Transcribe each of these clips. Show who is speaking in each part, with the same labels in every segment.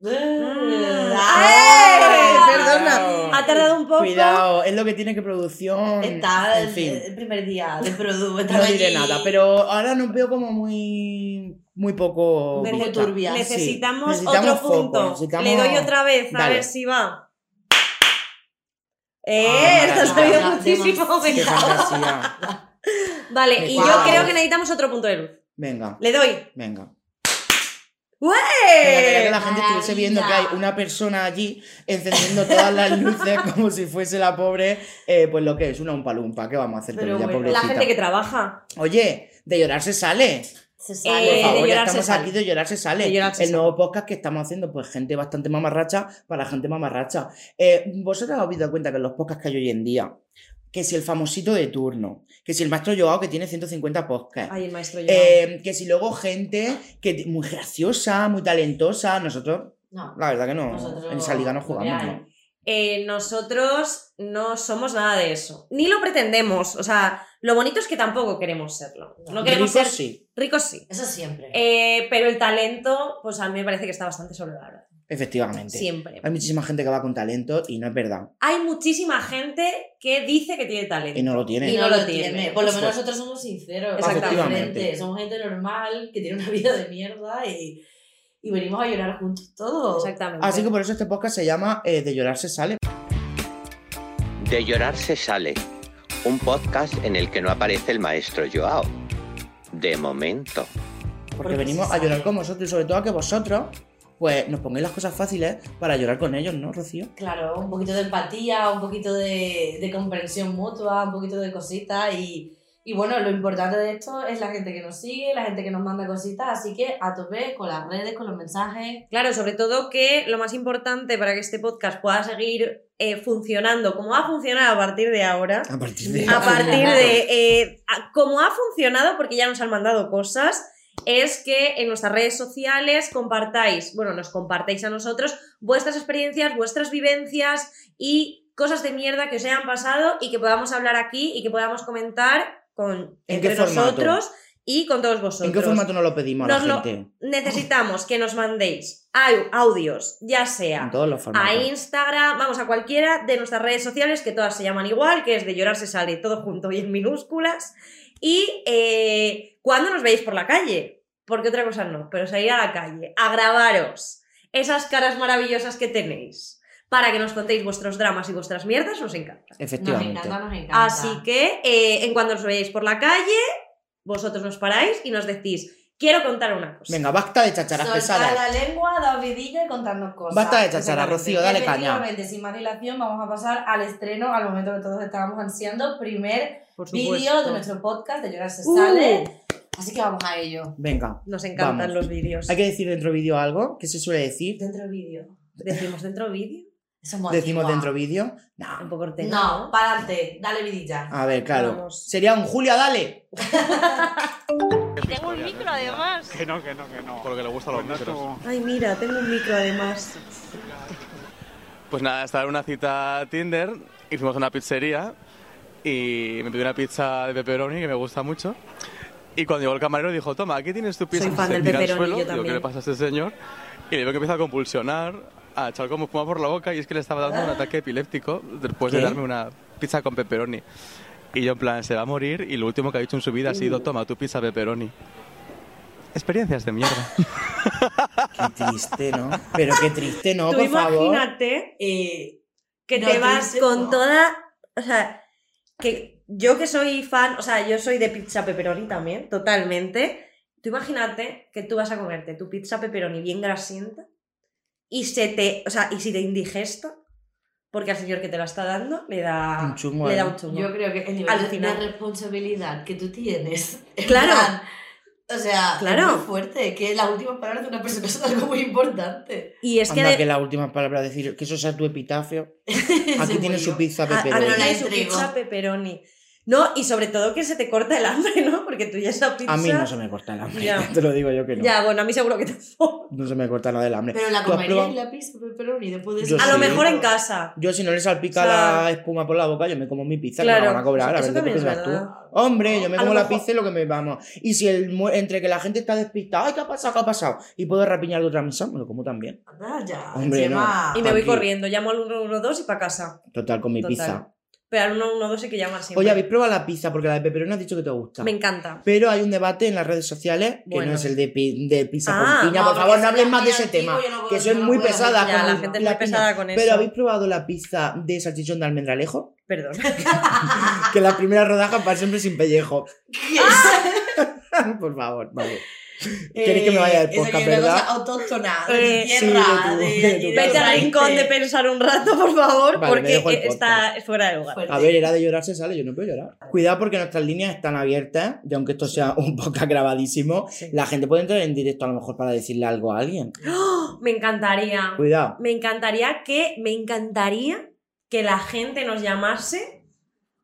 Speaker 1: Mm,
Speaker 2: Ah,
Speaker 1: ¡Ay!
Speaker 3: Perdona.
Speaker 1: Ha tardado un poco.
Speaker 3: ¡Eh! Cuidado, es lo que tiene que producción.
Speaker 1: Está
Speaker 3: ah. en
Speaker 1: el,
Speaker 3: fin.
Speaker 1: el primer día de producto.
Speaker 3: No diré nada, pero ahora nos veo como muy, muy poco.
Speaker 1: Un poco
Speaker 3: vista.
Speaker 1: turbia.
Speaker 3: Sí,
Speaker 2: Necesitamos,
Speaker 3: necesitamos
Speaker 2: otro
Speaker 3: foco,
Speaker 2: punto.
Speaker 3: necesitamos-
Speaker 2: Le doy otra vez, a
Speaker 3: Dale.
Speaker 2: ver si va.
Speaker 3: Ah,
Speaker 2: ¡Eh! Esto ha
Speaker 3: maravilla,
Speaker 2: salido
Speaker 1: maravilla,
Speaker 2: muchísimo
Speaker 3: Qué
Speaker 2: mejor.
Speaker 3: fantasía.
Speaker 2: Vale, y yo
Speaker 1: Wow.
Speaker 2: creo que necesitamos otro punto de luz.
Speaker 3: Venga,
Speaker 2: Le doy.
Speaker 3: venga. Me encantaría que
Speaker 2: ¡Eh!
Speaker 3: la gente estuviese viendo que hay
Speaker 1: maravilla.
Speaker 3: una persona allí encendiendo todas las luces como si fuese la pobre, eh, pues lo que es, una un palumpa. ¿Qué vamos a hacer con
Speaker 1: Pero
Speaker 3: ella,
Speaker 1: bueno,
Speaker 2: La
Speaker 3: pobrecita?
Speaker 2: gente que trabaja.
Speaker 3: Oye, de llorar se sale.
Speaker 1: Se
Speaker 2: Eh, de
Speaker 3: Por
Speaker 1: sale.
Speaker 3: favor, ya
Speaker 2: llorar se
Speaker 3: estamos
Speaker 2: sale.
Speaker 3: aquí de llorar se sale.
Speaker 2: De llorar se
Speaker 3: el
Speaker 2: sale.
Speaker 3: nuevo podcast que estamos haciendo, pues gente bastante mamarracha para gente mamarracha. Eh, Vosotros habéis dado cuenta que en los podcasts que hay hoy en día, que si el famosito de turno, que si el maestro Joao que tiene 150 podcasts,
Speaker 2: Ay, el maestro Joao.
Speaker 3: eh, que si luego gente que t- muy graciosa, muy talentosa, nosotros,
Speaker 1: No,
Speaker 3: la verdad que no,
Speaker 1: nosotros-
Speaker 3: en esa liga no jugamos.
Speaker 1: Mira,
Speaker 3: ¿no?
Speaker 2: Eh, nosotros no somos nada de eso. Ni lo pretendemos. O sea, lo bonito es que tampoco queremos serlo. No
Speaker 1: No.
Speaker 2: queremos
Speaker 3: Ricos
Speaker 2: ser
Speaker 3: sí,
Speaker 2: ricos, sí.
Speaker 1: Eso siempre.
Speaker 2: Eh, pero el talento, pues a mí me parece que está bastante sobrevalorado.
Speaker 3: efectivamente.
Speaker 2: Siempre.
Speaker 3: Hay muchísima gente que va con talento y no es verdad,
Speaker 2: Hay muchísima gente que dice que tiene talento.
Speaker 3: y no lo tiene.
Speaker 1: y no, lo tiene. Por lo menos nosotros somos sinceros.
Speaker 3: Exactamente.
Speaker 1: Exactamente. Somos gente normal que tiene una vida de mierda y, y venimos a llorar juntos todos.
Speaker 2: Exactamente.
Speaker 3: Así que por eso este podcast se llama eh, De llorar se sale.
Speaker 4: De llorar se sale, un podcast en el que no aparece el maestro Joao. De momento.
Speaker 3: Porque
Speaker 1: Porque
Speaker 3: venimos
Speaker 1: se
Speaker 3: a llorar
Speaker 1: sabe.
Speaker 3: con vosotros y sobre todo a que vosotros pues nos pongáis las cosas fáciles para llorar con ellos, ¿no, Rocío?
Speaker 1: Claro, un poquito de empatía, un poquito de, de comprensión mutua, un poquito de cositas y, y bueno, lo importante de esto es la gente que nos sigue, la gente que nos manda cositas, así que a tope con las redes, con los mensajes.
Speaker 2: Claro, sobre todo que lo más importante para que este podcast pueda seguir eh, funcionando como ha funcionado a partir de ahora,
Speaker 3: A partir
Speaker 1: de-
Speaker 2: a partir de eh, a- como ha funcionado, porque ya nos han mandado cosas, es que en nuestras redes sociales compartáis, bueno, nos compartáis a nosotros vuestras experiencias, vuestras vivencias y cosas de mierda que os hayan pasado y que podamos hablar aquí y que podamos comentar con
Speaker 3: ¿En qué
Speaker 2: entre
Speaker 3: formato?
Speaker 2: nosotros y con todos vosotros.
Speaker 3: ¿En qué formato nos lo pedimos a
Speaker 2: Nos
Speaker 3: la
Speaker 2: lo-
Speaker 3: gente?
Speaker 2: Necesitamos que nos mandéis au- audios, ya sea
Speaker 3: En todos los formatos.
Speaker 2: a Instagram, vamos a cualquiera de nuestras redes sociales, que todas se llaman igual, que es de llorar se sale todo junto y en minúsculas. Y eh, cuando nos veis por la calle, porque otra cosa no, pero salir a la calle, a grabaros esas caras maravillosas que tenéis para que nos contéis vuestros dramas y vuestras mierdas, nos encanta.
Speaker 1: Nos
Speaker 3: Efectivamente.
Speaker 1: encanta, nos encanta.
Speaker 2: Así que eh, en cuanto nos veáis por la calle, vosotros nos paráis y nos decís, quiero contar una cosa.
Speaker 3: Venga, basta de chacharas
Speaker 1: Soltar
Speaker 3: pesadas.
Speaker 1: la lengua, dar vidilla y contarnos cosas.
Speaker 3: Basta de chachara, Rocío, dale caña.
Speaker 1: Efectivamente, sin más dilación, vamos a pasar al estreno, al momento que todos estábamos ansiando, primer
Speaker 2: Por
Speaker 1: vídeo de nuestro podcast de Llorar se
Speaker 2: Uh,
Speaker 1: sale. Así que vamos a ello.
Speaker 3: Venga.
Speaker 2: Nos encantan
Speaker 3: Vamos.
Speaker 2: los vídeos.
Speaker 3: Hay que decir dentro vídeo algo. ¿Qué se suele decir?
Speaker 1: Dentro vídeo.
Speaker 2: Decimos dentro vídeo.
Speaker 1: Eso motiva.
Speaker 3: Decimos dentro vídeo.
Speaker 2: Un
Speaker 3: No.
Speaker 2: poco hortera.
Speaker 1: No, para adelante, dale vidilla.
Speaker 3: A ver, claro.
Speaker 2: Vamos.
Speaker 3: Sería un Julia, dale.
Speaker 5: Tengo un micro además. Que no, que no, que no.
Speaker 6: Porque le gustan los
Speaker 5: Pues no
Speaker 6: micros.
Speaker 5: como-
Speaker 2: Ay, mira, tengo un micro además.
Speaker 6: Pues nada, estaba en una cita Tinder y fuimos a una pizzería y me pidió una pizza de pepperoni que me gusta mucho. Y cuando llegó el camarero dijo, toma, aquí tienes tu pizza.
Speaker 2: Soy
Speaker 6: Y
Speaker 2: fan
Speaker 6: se
Speaker 2: del
Speaker 6: tira al
Speaker 2: pepperoni,
Speaker 6: suelo.
Speaker 2: yo
Speaker 6: Digo,
Speaker 2: también.
Speaker 6: ¿qué le pasa a este señor? Y le veo que empieza a convulsionar, a echar como espuma por la boca y es que le estaba dando un ataque epiléptico después
Speaker 3: ¿Qué?
Speaker 6: de darme una pizza con pepperoni. Y yo en plan, se va a morir y lo último que ha dicho en su vida ha sido, toma, tu pizza pepperoni. Experiencias de mierda.
Speaker 3: Qué triste, ¿no? Pero qué triste, ¿no?
Speaker 2: Tú
Speaker 3: Por favor.
Speaker 2: imagínate
Speaker 1: Eh,
Speaker 2: que
Speaker 1: No,
Speaker 2: te vas
Speaker 1: triste,
Speaker 2: con
Speaker 1: no.
Speaker 2: toda. O sea, que yo que soy fan, o sea, yo soy de pizza pepperoni también, totalmente. Tú imagínate que tú vas a comerte tu pizza pepperoni bien grasienta y se te. O sea, y si te indigesta, porque al señor que te la está dando le da
Speaker 3: Un chungo,
Speaker 2: Le da
Speaker 3: ¿eh?
Speaker 2: un chungo.
Speaker 1: yo creo que el nivel
Speaker 2: Alucinante.
Speaker 1: de responsabilidad que tú tienes. en
Speaker 2: Claro.
Speaker 1: plan, O sea,
Speaker 2: Claro.
Speaker 1: es muy fuerte, que las últimas palabras de una persona son algo muy importante.
Speaker 2: Y es que.
Speaker 3: Anda,
Speaker 2: de-
Speaker 3: que la última palabra decir que eso sea tu epitafio.
Speaker 1: Se
Speaker 3: Aquí tiene su
Speaker 1: murió.
Speaker 3: pizza
Speaker 2: a- a-
Speaker 3: pepperoni.
Speaker 1: no la
Speaker 2: tiene su
Speaker 1: intrigo.
Speaker 2: pizza pepperoni. No, y sobre todo que se te corta el hambre, ¿no? Porque tú ya esa pizza...
Speaker 3: A mí no se me corta el hambre,
Speaker 2: Ya.
Speaker 3: te lo digo yo que no.
Speaker 2: Ya, bueno, a mí seguro que tampoco.
Speaker 3: No se me corta nada el hambre.
Speaker 1: Pero la
Speaker 3: ¿Tú has
Speaker 1: comería
Speaker 3: probado?
Speaker 1: y la pizza pepperoni después de
Speaker 3: Yo
Speaker 1: eso.
Speaker 2: A lo
Speaker 3: sí.
Speaker 2: mejor en casa.
Speaker 3: Yo si no le salpica
Speaker 2: O sea,
Speaker 3: la espuma por la boca, yo me como mi pizza,
Speaker 2: claro,
Speaker 3: que me la van a cobrar, a
Speaker 2: eso
Speaker 3: ver qué
Speaker 2: también es
Speaker 3: piensas tú.
Speaker 2: verdad.
Speaker 3: Hombre, yo me
Speaker 2: A
Speaker 3: como
Speaker 2: lo
Speaker 3: la
Speaker 2: mejor-
Speaker 3: pizza y lo que me vamos. Y si el mu- entre que la gente está despistada, ay, ¿qué ha pasado? ¿Qué ha pasado? Y puedo rapiñar de otra mesa, me lo como también.
Speaker 1: Anda Ah, ya,
Speaker 3: Hombre,
Speaker 1: Gemma.
Speaker 2: Ah, Y me voy
Speaker 3: Aquí.
Speaker 2: corriendo, llamo al 112 y para casa.
Speaker 3: Total, con mi
Speaker 2: Total.
Speaker 3: pizza.
Speaker 2: Pero al 112 que llama siempre.
Speaker 3: Oye, ¿habéis probado la pizza? Porque la de pepperoni has dicho que te gusta.
Speaker 2: Me encanta.
Speaker 3: Pero hay un debate en las redes sociales que
Speaker 2: Bueno.
Speaker 3: no es el de, pi- de pizza
Speaker 2: Ah,
Speaker 3: con piña.
Speaker 1: no,
Speaker 3: Por
Speaker 1: porque
Speaker 3: favor,
Speaker 1: eso
Speaker 3: no hables
Speaker 1: ya
Speaker 3: más de
Speaker 1: es
Speaker 3: ese
Speaker 1: antiguo,
Speaker 3: tema,
Speaker 1: yo no puedo-
Speaker 3: que soy
Speaker 1: yo no
Speaker 3: muy
Speaker 1: puedo
Speaker 3: pesada.
Speaker 1: hablar.
Speaker 2: Ya,
Speaker 3: con
Speaker 2: la gente es
Speaker 3: Ah, la
Speaker 2: muy
Speaker 3: piña.
Speaker 2: pesada con eso.
Speaker 3: Pero ¿habéis probado la pizza de salchichón de almendralejo?
Speaker 2: Perdón.
Speaker 3: Que las primeras rodajas van siempre sin pellejo. Por favor, vale. Queréis que me vaya del
Speaker 1: Eh, eso que
Speaker 3: podcast,
Speaker 1: es una
Speaker 3: ¿verdad?
Speaker 1: cosa autóctona, de
Speaker 2: Eh,
Speaker 1: mi tierra,
Speaker 3: sí, de tu- de tu
Speaker 1: allí,
Speaker 3: tierra.
Speaker 2: Vete al
Speaker 1: Alicante.
Speaker 2: rincón de pensar un rato, por favor,
Speaker 3: Vale, me dejo el
Speaker 2: porque está es fuera de lugar.
Speaker 1: Fuerte.
Speaker 3: A ver, era de llorar, se sale, yo no puedo llorar. Cuidado porque nuestras líneas están abiertas y aunque esto sea un podcast grabadísimo,
Speaker 2: Sí.
Speaker 3: la gente puede entrar en directo a lo mejor para decirle algo a alguien.
Speaker 2: Me encantaría.
Speaker 3: Cuidado.
Speaker 2: Me encantaría que me encantaría que la gente nos llamase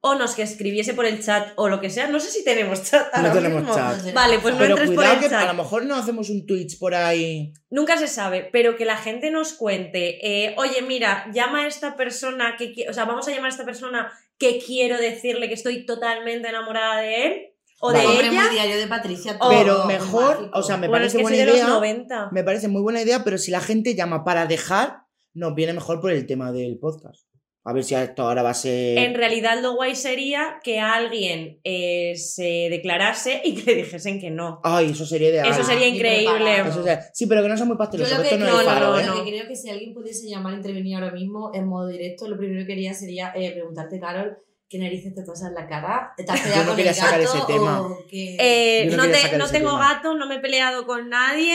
Speaker 2: o nos que escribiese por el chat o lo que sea. No sé si tenemos chat ahora
Speaker 3: No tenemos
Speaker 2: mismo.
Speaker 3: chat.
Speaker 2: Vale, pues no
Speaker 3: Pero
Speaker 2: entres por
Speaker 3: cuidado
Speaker 2: el
Speaker 3: que
Speaker 2: chat.
Speaker 3: a lo mejor no hacemos un Twitch por ahí.
Speaker 2: Nunca se sabe, pero que la gente nos cuente, eh, oye, mira, llama a esta persona que qui- o sea, vamos a llamar a esta persona que quiero decirle que estoy totalmente enamorada de él o
Speaker 3: Vale.
Speaker 2: de
Speaker 1: Hombre,
Speaker 2: ella.
Speaker 1: muy diario de Patricia. todo
Speaker 3: Pero mejor,
Speaker 1: mágico.
Speaker 3: o sea, me
Speaker 2: bueno, es
Speaker 3: parece
Speaker 2: que soy
Speaker 3: buena
Speaker 2: de
Speaker 3: idea.
Speaker 2: los 90.
Speaker 3: Me parece muy buena idea, pero si la gente llama para dejar, nos viene mejor por el tema del podcast. A ver si esto ahora va a ser.
Speaker 2: En realidad lo guay sería que alguien eh, se declarase y que le dijesen que no.
Speaker 3: Ay, eso sería ideal.
Speaker 2: Eso sería
Speaker 1: ni
Speaker 2: increíble.
Speaker 1: preparado.
Speaker 3: Eso sería- Sí, pero que no sea muy
Speaker 1: Yo
Speaker 3: pasteloso,
Speaker 1: lo
Speaker 3: que
Speaker 1: que,
Speaker 3: esto no,
Speaker 1: creo,
Speaker 3: es
Speaker 2: no,
Speaker 3: faro,
Speaker 2: no,
Speaker 3: ¿eh?
Speaker 2: no.
Speaker 1: lo que creo que si alguien pudiese llamar a intervenir ahora mismo en modo directo, lo primero que haría sería eh, preguntarte, Carol, ¿qué narices te pasa en la cara? ¿Te has peleado
Speaker 3: no
Speaker 1: con
Speaker 3: quería
Speaker 1: el
Speaker 3: sacar
Speaker 1: gato
Speaker 3: ese tema.
Speaker 1: o qué?
Speaker 2: Eh,
Speaker 3: Yo
Speaker 2: no
Speaker 3: no quería
Speaker 2: te-
Speaker 3: sacar
Speaker 2: no
Speaker 3: ese
Speaker 2: tengo
Speaker 3: tema.
Speaker 2: gato, no me he peleado con nadie.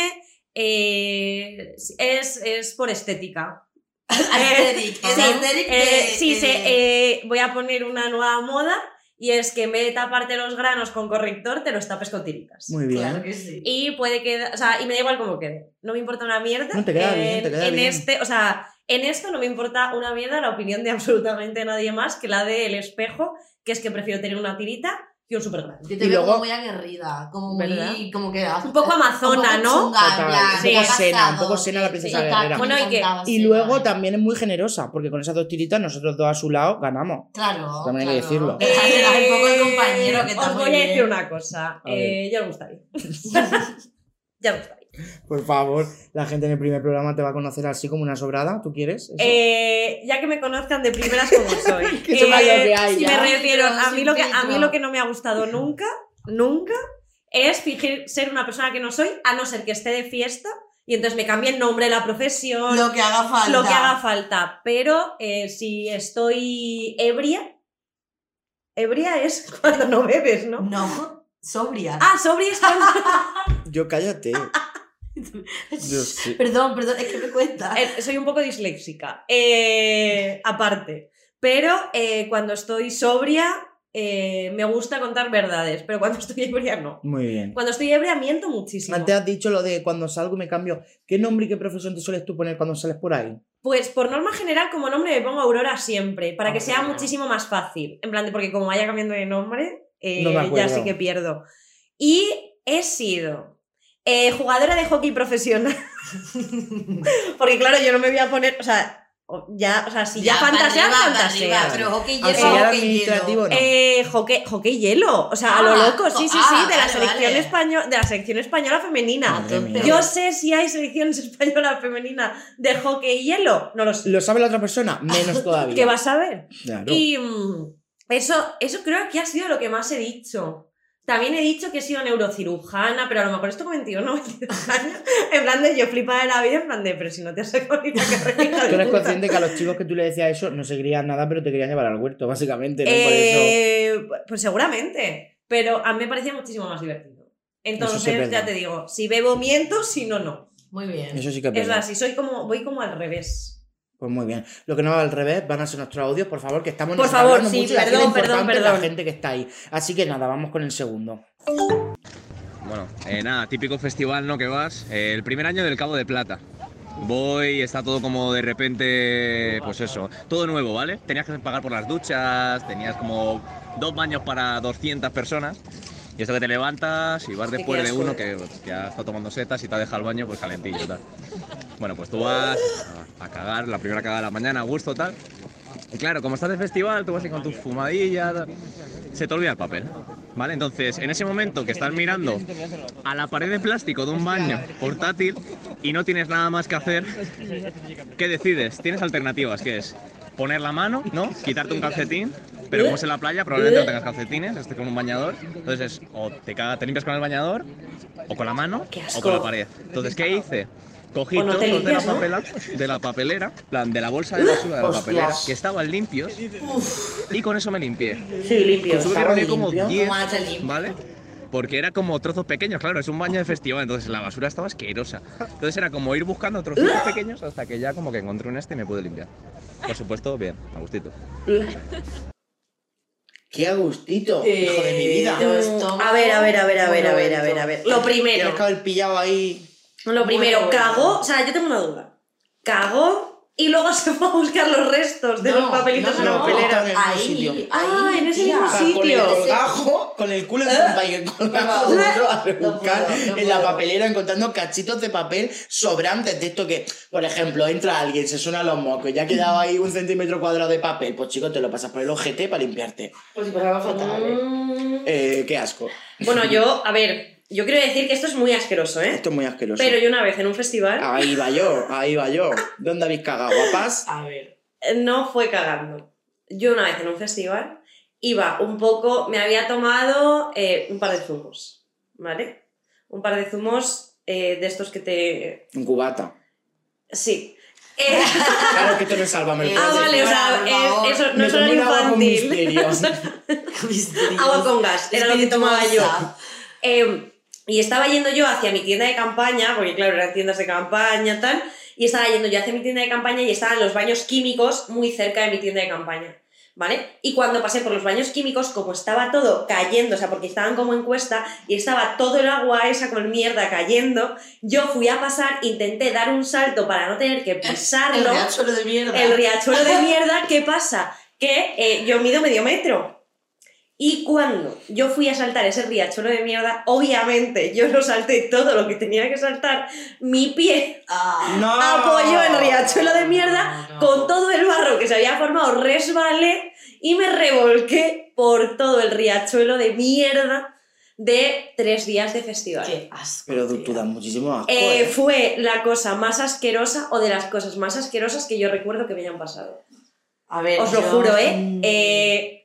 Speaker 2: eh, es, es por estética.
Speaker 1: Aesthetic, es
Speaker 2: eh, Sí,
Speaker 1: aesthetic
Speaker 2: eh,
Speaker 1: de-
Speaker 2: sí,
Speaker 1: de-
Speaker 2: se- eh, voy a poner una nueva moda y es que en vez de taparte los granos con corrector, te los tapes con tiritas.
Speaker 3: Muy bien.
Speaker 1: Claro que sí.
Speaker 2: Y puede que, o sea, y me da igual cómo quede. No me importa una mierda.
Speaker 3: No, te queda
Speaker 2: en,
Speaker 3: bien, te queda
Speaker 2: en
Speaker 3: bien.
Speaker 2: este, o sea, en esto no me importa una mierda la opinión de absolutamente nadie más que la del espejo, que es que prefiero tener una tirita que un supergrano.
Speaker 1: Yo te
Speaker 3: y
Speaker 1: veo
Speaker 3: luego-
Speaker 1: como muy aguerrida, como muy,
Speaker 2: ¿Verdad?
Speaker 1: como que...
Speaker 2: Un poco amazona,
Speaker 1: un poco
Speaker 2: ¿no?
Speaker 1: chunga, en
Speaker 3: Total,
Speaker 1: plan,
Speaker 3: un
Speaker 1: ¿qué
Speaker 3: poco
Speaker 1: ha
Speaker 3: Sena, un
Speaker 1: pasado?
Speaker 3: poco Sena la
Speaker 1: Sí,
Speaker 3: princesa
Speaker 1: sí,
Speaker 3: guerrera.
Speaker 1: total,
Speaker 2: Bueno,
Speaker 1: me
Speaker 2: y que-
Speaker 1: encantaba
Speaker 3: Y
Speaker 1: Sena,
Speaker 3: luego
Speaker 1: ¿eh?
Speaker 3: también es muy generosa, porque con esas dos tiritas nosotros dos a su lado ganamos.
Speaker 1: Claro,
Speaker 3: También hay que
Speaker 1: claro.
Speaker 3: decirlo.
Speaker 1: Hay un poco de compañero que
Speaker 2: Eh,
Speaker 1: está
Speaker 2: Os
Speaker 1: muy
Speaker 2: voy a decir
Speaker 1: bien.
Speaker 2: una cosa.
Speaker 3: A ver.
Speaker 2: Eh, ya lo gustaría. ya lo gustaría.
Speaker 3: Por favor, la gente en el primer programa te va a conocer así como una sobrada. ¿Tú quieres? eso?
Speaker 2: Eh, ya que me conozcan de primeras como soy. Eh,
Speaker 3: Que sepa lo que hay,
Speaker 2: si
Speaker 3: ya.
Speaker 2: me refiero a
Speaker 1: Filtro,
Speaker 2: mí lo que
Speaker 1: sin
Speaker 2: a mí
Speaker 1: filtro.
Speaker 2: lo que no me ha gustado nunca, nunca es fingir ser una persona que no soy a no ser que esté de fiesta y entonces me cambie el nombre, la profesión, lo,
Speaker 1: Lo que haga falta.
Speaker 2: que haga falta, pero eh, si estoy ebria ebria es cuando no bebes,
Speaker 1: Mm.
Speaker 2: ¿no?
Speaker 1: No, sobria.
Speaker 2: Ah, sobria es cuando-
Speaker 3: Yo cállate. Yo sí.
Speaker 1: Perdón, perdón, es que me cuenta.
Speaker 2: Eh, soy un poco disléxica. eh, aparte. Pero eh, cuando estoy sobria, eh, me gusta contar verdades. Pero cuando estoy ebria, no.
Speaker 3: Muy bien.
Speaker 2: Cuando estoy ebria, miento muchísimo.
Speaker 3: Antes has dicho lo de cuando salgo me cambio. ¿Qué nombre y qué profesión te sueles tú poner cuando sales por ahí?
Speaker 2: Pues por norma general, como nombre me pongo Aurora siempre. Para
Speaker 3: Ah,
Speaker 2: que sea muchísimo más fácil. En plan, de, porque como vaya cambiando de nombre, eh,
Speaker 3: No me
Speaker 2: ya
Speaker 3: acuerdo.
Speaker 2: sí que pierdo. Y he sido. eh, jugadora de hockey profesional. Porque claro, yo no me voy a poner. O sea, o- ya, o sea, si ya,
Speaker 1: para
Speaker 2: fantasear,
Speaker 1: arriba, para
Speaker 2: fantasear.
Speaker 1: arriba, Pero hockey hielo,
Speaker 3: Auxiliar
Speaker 1: hockey hielo.
Speaker 3: administrativo, no.
Speaker 2: Eh, hockey, hockey hielo, o sea, a lo
Speaker 1: Ah,
Speaker 2: loco, sí, sí, sí,
Speaker 1: ah,
Speaker 2: de la
Speaker 1: vale,
Speaker 2: selección
Speaker 1: vale.
Speaker 2: española, de la selección española femenina.
Speaker 3: Madre mía.
Speaker 2: Yo sé si hay selecciones españolas femeninas de hockey hielo, no lo sé.
Speaker 3: ¿Lo sabe la otra persona? Menos todavía.
Speaker 2: ¿Qué vas a ver?
Speaker 3: Claro.
Speaker 2: Y mm, eso, eso creo que ha sido lo que más he dicho. También he dicho que he sido neurocirujana, pero a lo mejor esto con 21 22 años. En plan de yo flipa de la vida, en plan de, pero si no te has sacado ni la carrera, hija de
Speaker 3: Tú eres
Speaker 2: puta".
Speaker 3: consciente que a los chicos que tú le decías eso no se querían nada, pero te querían llevar al huerto, básicamente. ¿no? Y por eso-
Speaker 2: Eh, Pues seguramente, pero a mí me parecía muchísimo más divertido. Entonces,
Speaker 3: sí es verdad.
Speaker 2: ya te digo, si bebo miento, si no, no.
Speaker 1: Muy bien.
Speaker 3: Eso sí que es
Speaker 2: Es
Speaker 3: verdad.
Speaker 2: así, soy como, voy como al revés.
Speaker 3: Pues muy bien. Lo que no va al revés van a ser nuestros audios, por favor, que estamos
Speaker 2: Por
Speaker 3: nos está
Speaker 2: favor,
Speaker 3: hablando
Speaker 2: sí,
Speaker 3: mucho y haciendo
Speaker 2: perdón, perdón,
Speaker 3: importante
Speaker 2: perdón.
Speaker 3: la gente que está ahí. Así que nada, vamos con el segundo.
Speaker 7: Bueno, eh, nada, típico festival, ¿no? Que vas. Eh, el primer año del Cabo de Plata. Voy, está todo como de repente, pues eso, todo nuevo, ¿vale? Tenías que pagar por las duchas, tenías como dos baños para 200 personas. Y eso que te levantas y vas
Speaker 2: Te
Speaker 7: después
Speaker 2: quedas
Speaker 7: de uno
Speaker 2: fuera.
Speaker 7: que ya está tomando setas y te ha dejado el baño pues calentillo y tal. Bueno, pues tú vas a, a cagar, la primera cagada de la mañana, a gusto tal. Y claro, como estás de festival, tú vas ahí con tu fumadilla, tal. se te olvida el papel. ¿Vale? Entonces, en ese momento que estás mirando a la pared de plástico de un baño portátil y no tienes nada más que hacer, ¿qué decides? Tienes alternativas, que es poner la mano, ¿no? Quitarte un calcetín, pero como es en la playa, probablemente no tengas calcetines, estés con un bañador. Entonces, es, o te, caga- te limpias con el bañador, o con la mano,
Speaker 2: Qué
Speaker 7: o con la
Speaker 2: asco.
Speaker 7: pared. Entonces, ¿qué hice? Cogí
Speaker 2: O no te
Speaker 7: trozos
Speaker 2: limpias,
Speaker 7: de, la
Speaker 2: ¿no?
Speaker 7: papela, de la papelera, plan, de la bolsa de basura de la
Speaker 3: Hostias.
Speaker 7: papelera, que estaban limpios, y con eso me limpié.
Speaker 2: Sí, limpio.
Speaker 7: Tuve que reunir como
Speaker 3: limpio.
Speaker 7: 10,
Speaker 1: Guau, está limpio.
Speaker 7: ¿vale? Porque era como trozos pequeños, claro, es un baño de festival, entonces la basura estaba asquerosa. Entonces era como ir buscando trozos pequeños hasta que ya como que encontré un este y me pude limpiar. Por supuesto, bien, a gustito.
Speaker 3: ¡Qué a gustito! ¡Hijo de mi vida!
Speaker 1: Eh,
Speaker 2: A ver, a ver, a ver, a ver, a ver, a ver, a ver. Lo
Speaker 3: Que
Speaker 2: primero.
Speaker 3: has el pillado ahí.
Speaker 2: Lo primero,
Speaker 1: Bueno, bueno.
Speaker 2: cagó. O sea, yo tengo una duda. Cagó y luego se fue a buscar los restos de
Speaker 1: No,
Speaker 2: los papelitos
Speaker 1: no,
Speaker 2: en la
Speaker 1: no,
Speaker 2: papelera.
Speaker 3: en el mismo
Speaker 1: ahí,
Speaker 3: sitio.
Speaker 1: ahí,
Speaker 2: Ah, en ese mismo
Speaker 3: O sea, con el
Speaker 2: sitio.
Speaker 3: colgajo, con el
Speaker 2: Eh.
Speaker 3: culo en pompa y el colgajo dentro a rebuscar
Speaker 1: No puedo, no
Speaker 3: en la
Speaker 1: puedo.
Speaker 3: papelera encontrando cachitos de papel sobrantes de esto que, por ejemplo, entra alguien, se suena los mocos, ya ha quedado ahí un centímetro cuadrado de papel, pues chico, te lo pasas por el ojete para limpiarte.
Speaker 1: Pues si pasaba fatal. ¿eh?
Speaker 2: Mm.
Speaker 3: Eh, qué asco.
Speaker 2: Bueno, yo, a ver, yo quiero decir que esto es muy asqueroso, ¿eh?
Speaker 3: Esto es muy asqueroso.
Speaker 2: Pero yo una vez en un festival
Speaker 3: Ahí va yo, ahí va yo. ¿Dónde habéis cagado, guapas?
Speaker 1: A ver.
Speaker 2: eh, no fue cagando. Yo una vez en un festival iba un poco, me había tomado eh, un par de zumos, ¿vale? Un par de zumos eh, de estos que te...
Speaker 3: Un cubata.
Speaker 2: Sí. Eh,
Speaker 3: Claro que esto no es sálvame.
Speaker 2: ah, vale, o sea,
Speaker 1: Por favor,
Speaker 2: eh, eso no
Speaker 3: me
Speaker 2: es horario
Speaker 3: tomé un agua con
Speaker 2: infantil.
Speaker 3: misterio.
Speaker 2: Agua con gas, era lo que tomaba yo.
Speaker 1: Espirituosa.
Speaker 2: Eh, y estaba yendo yo hacia mi tienda de campaña, porque claro, eran tiendas de campaña, tal, y estaba yendo yo hacia mi tienda de campaña y estaban los baños químicos muy cerca de mi tienda de campaña, ¿vale? Y cuando pasé por los baños químicos, como estaba todo cayendo, o sea, porque estaban como en cuesta y estaba todo el agua esa con mierda cayendo, yo fui a pasar, intenté dar un salto para no tener que
Speaker 1: El
Speaker 2: pisarlo,
Speaker 1: riachuelo de mierda.
Speaker 2: el riachuelo de mierda, ¿qué pasa? Que eh, yo mido medio metro. Y cuando yo fui a saltar ese riachuelo de mierda, obviamente yo no salté todo lo que tenía que saltar. Mi pie
Speaker 1: Ah.
Speaker 3: No.
Speaker 2: apoyó el riachuelo de mierda
Speaker 1: No, no.
Speaker 2: con todo el barro que se había formado, resbalé y me revolqué por todo el riachuelo de mierda de tres días de festival.
Speaker 1: Qué asco.
Speaker 3: Pero tú, tú
Speaker 1: tío.
Speaker 3: das muchísimo asco.
Speaker 2: Eh,
Speaker 3: ¿eh?
Speaker 2: fue la cosa más asquerosa o de las cosas más asquerosas que yo recuerdo que me hayan pasado.
Speaker 1: A ver.
Speaker 2: Os lo
Speaker 1: yo-
Speaker 2: juro, ¿eh?
Speaker 1: Mm.
Speaker 2: Eh,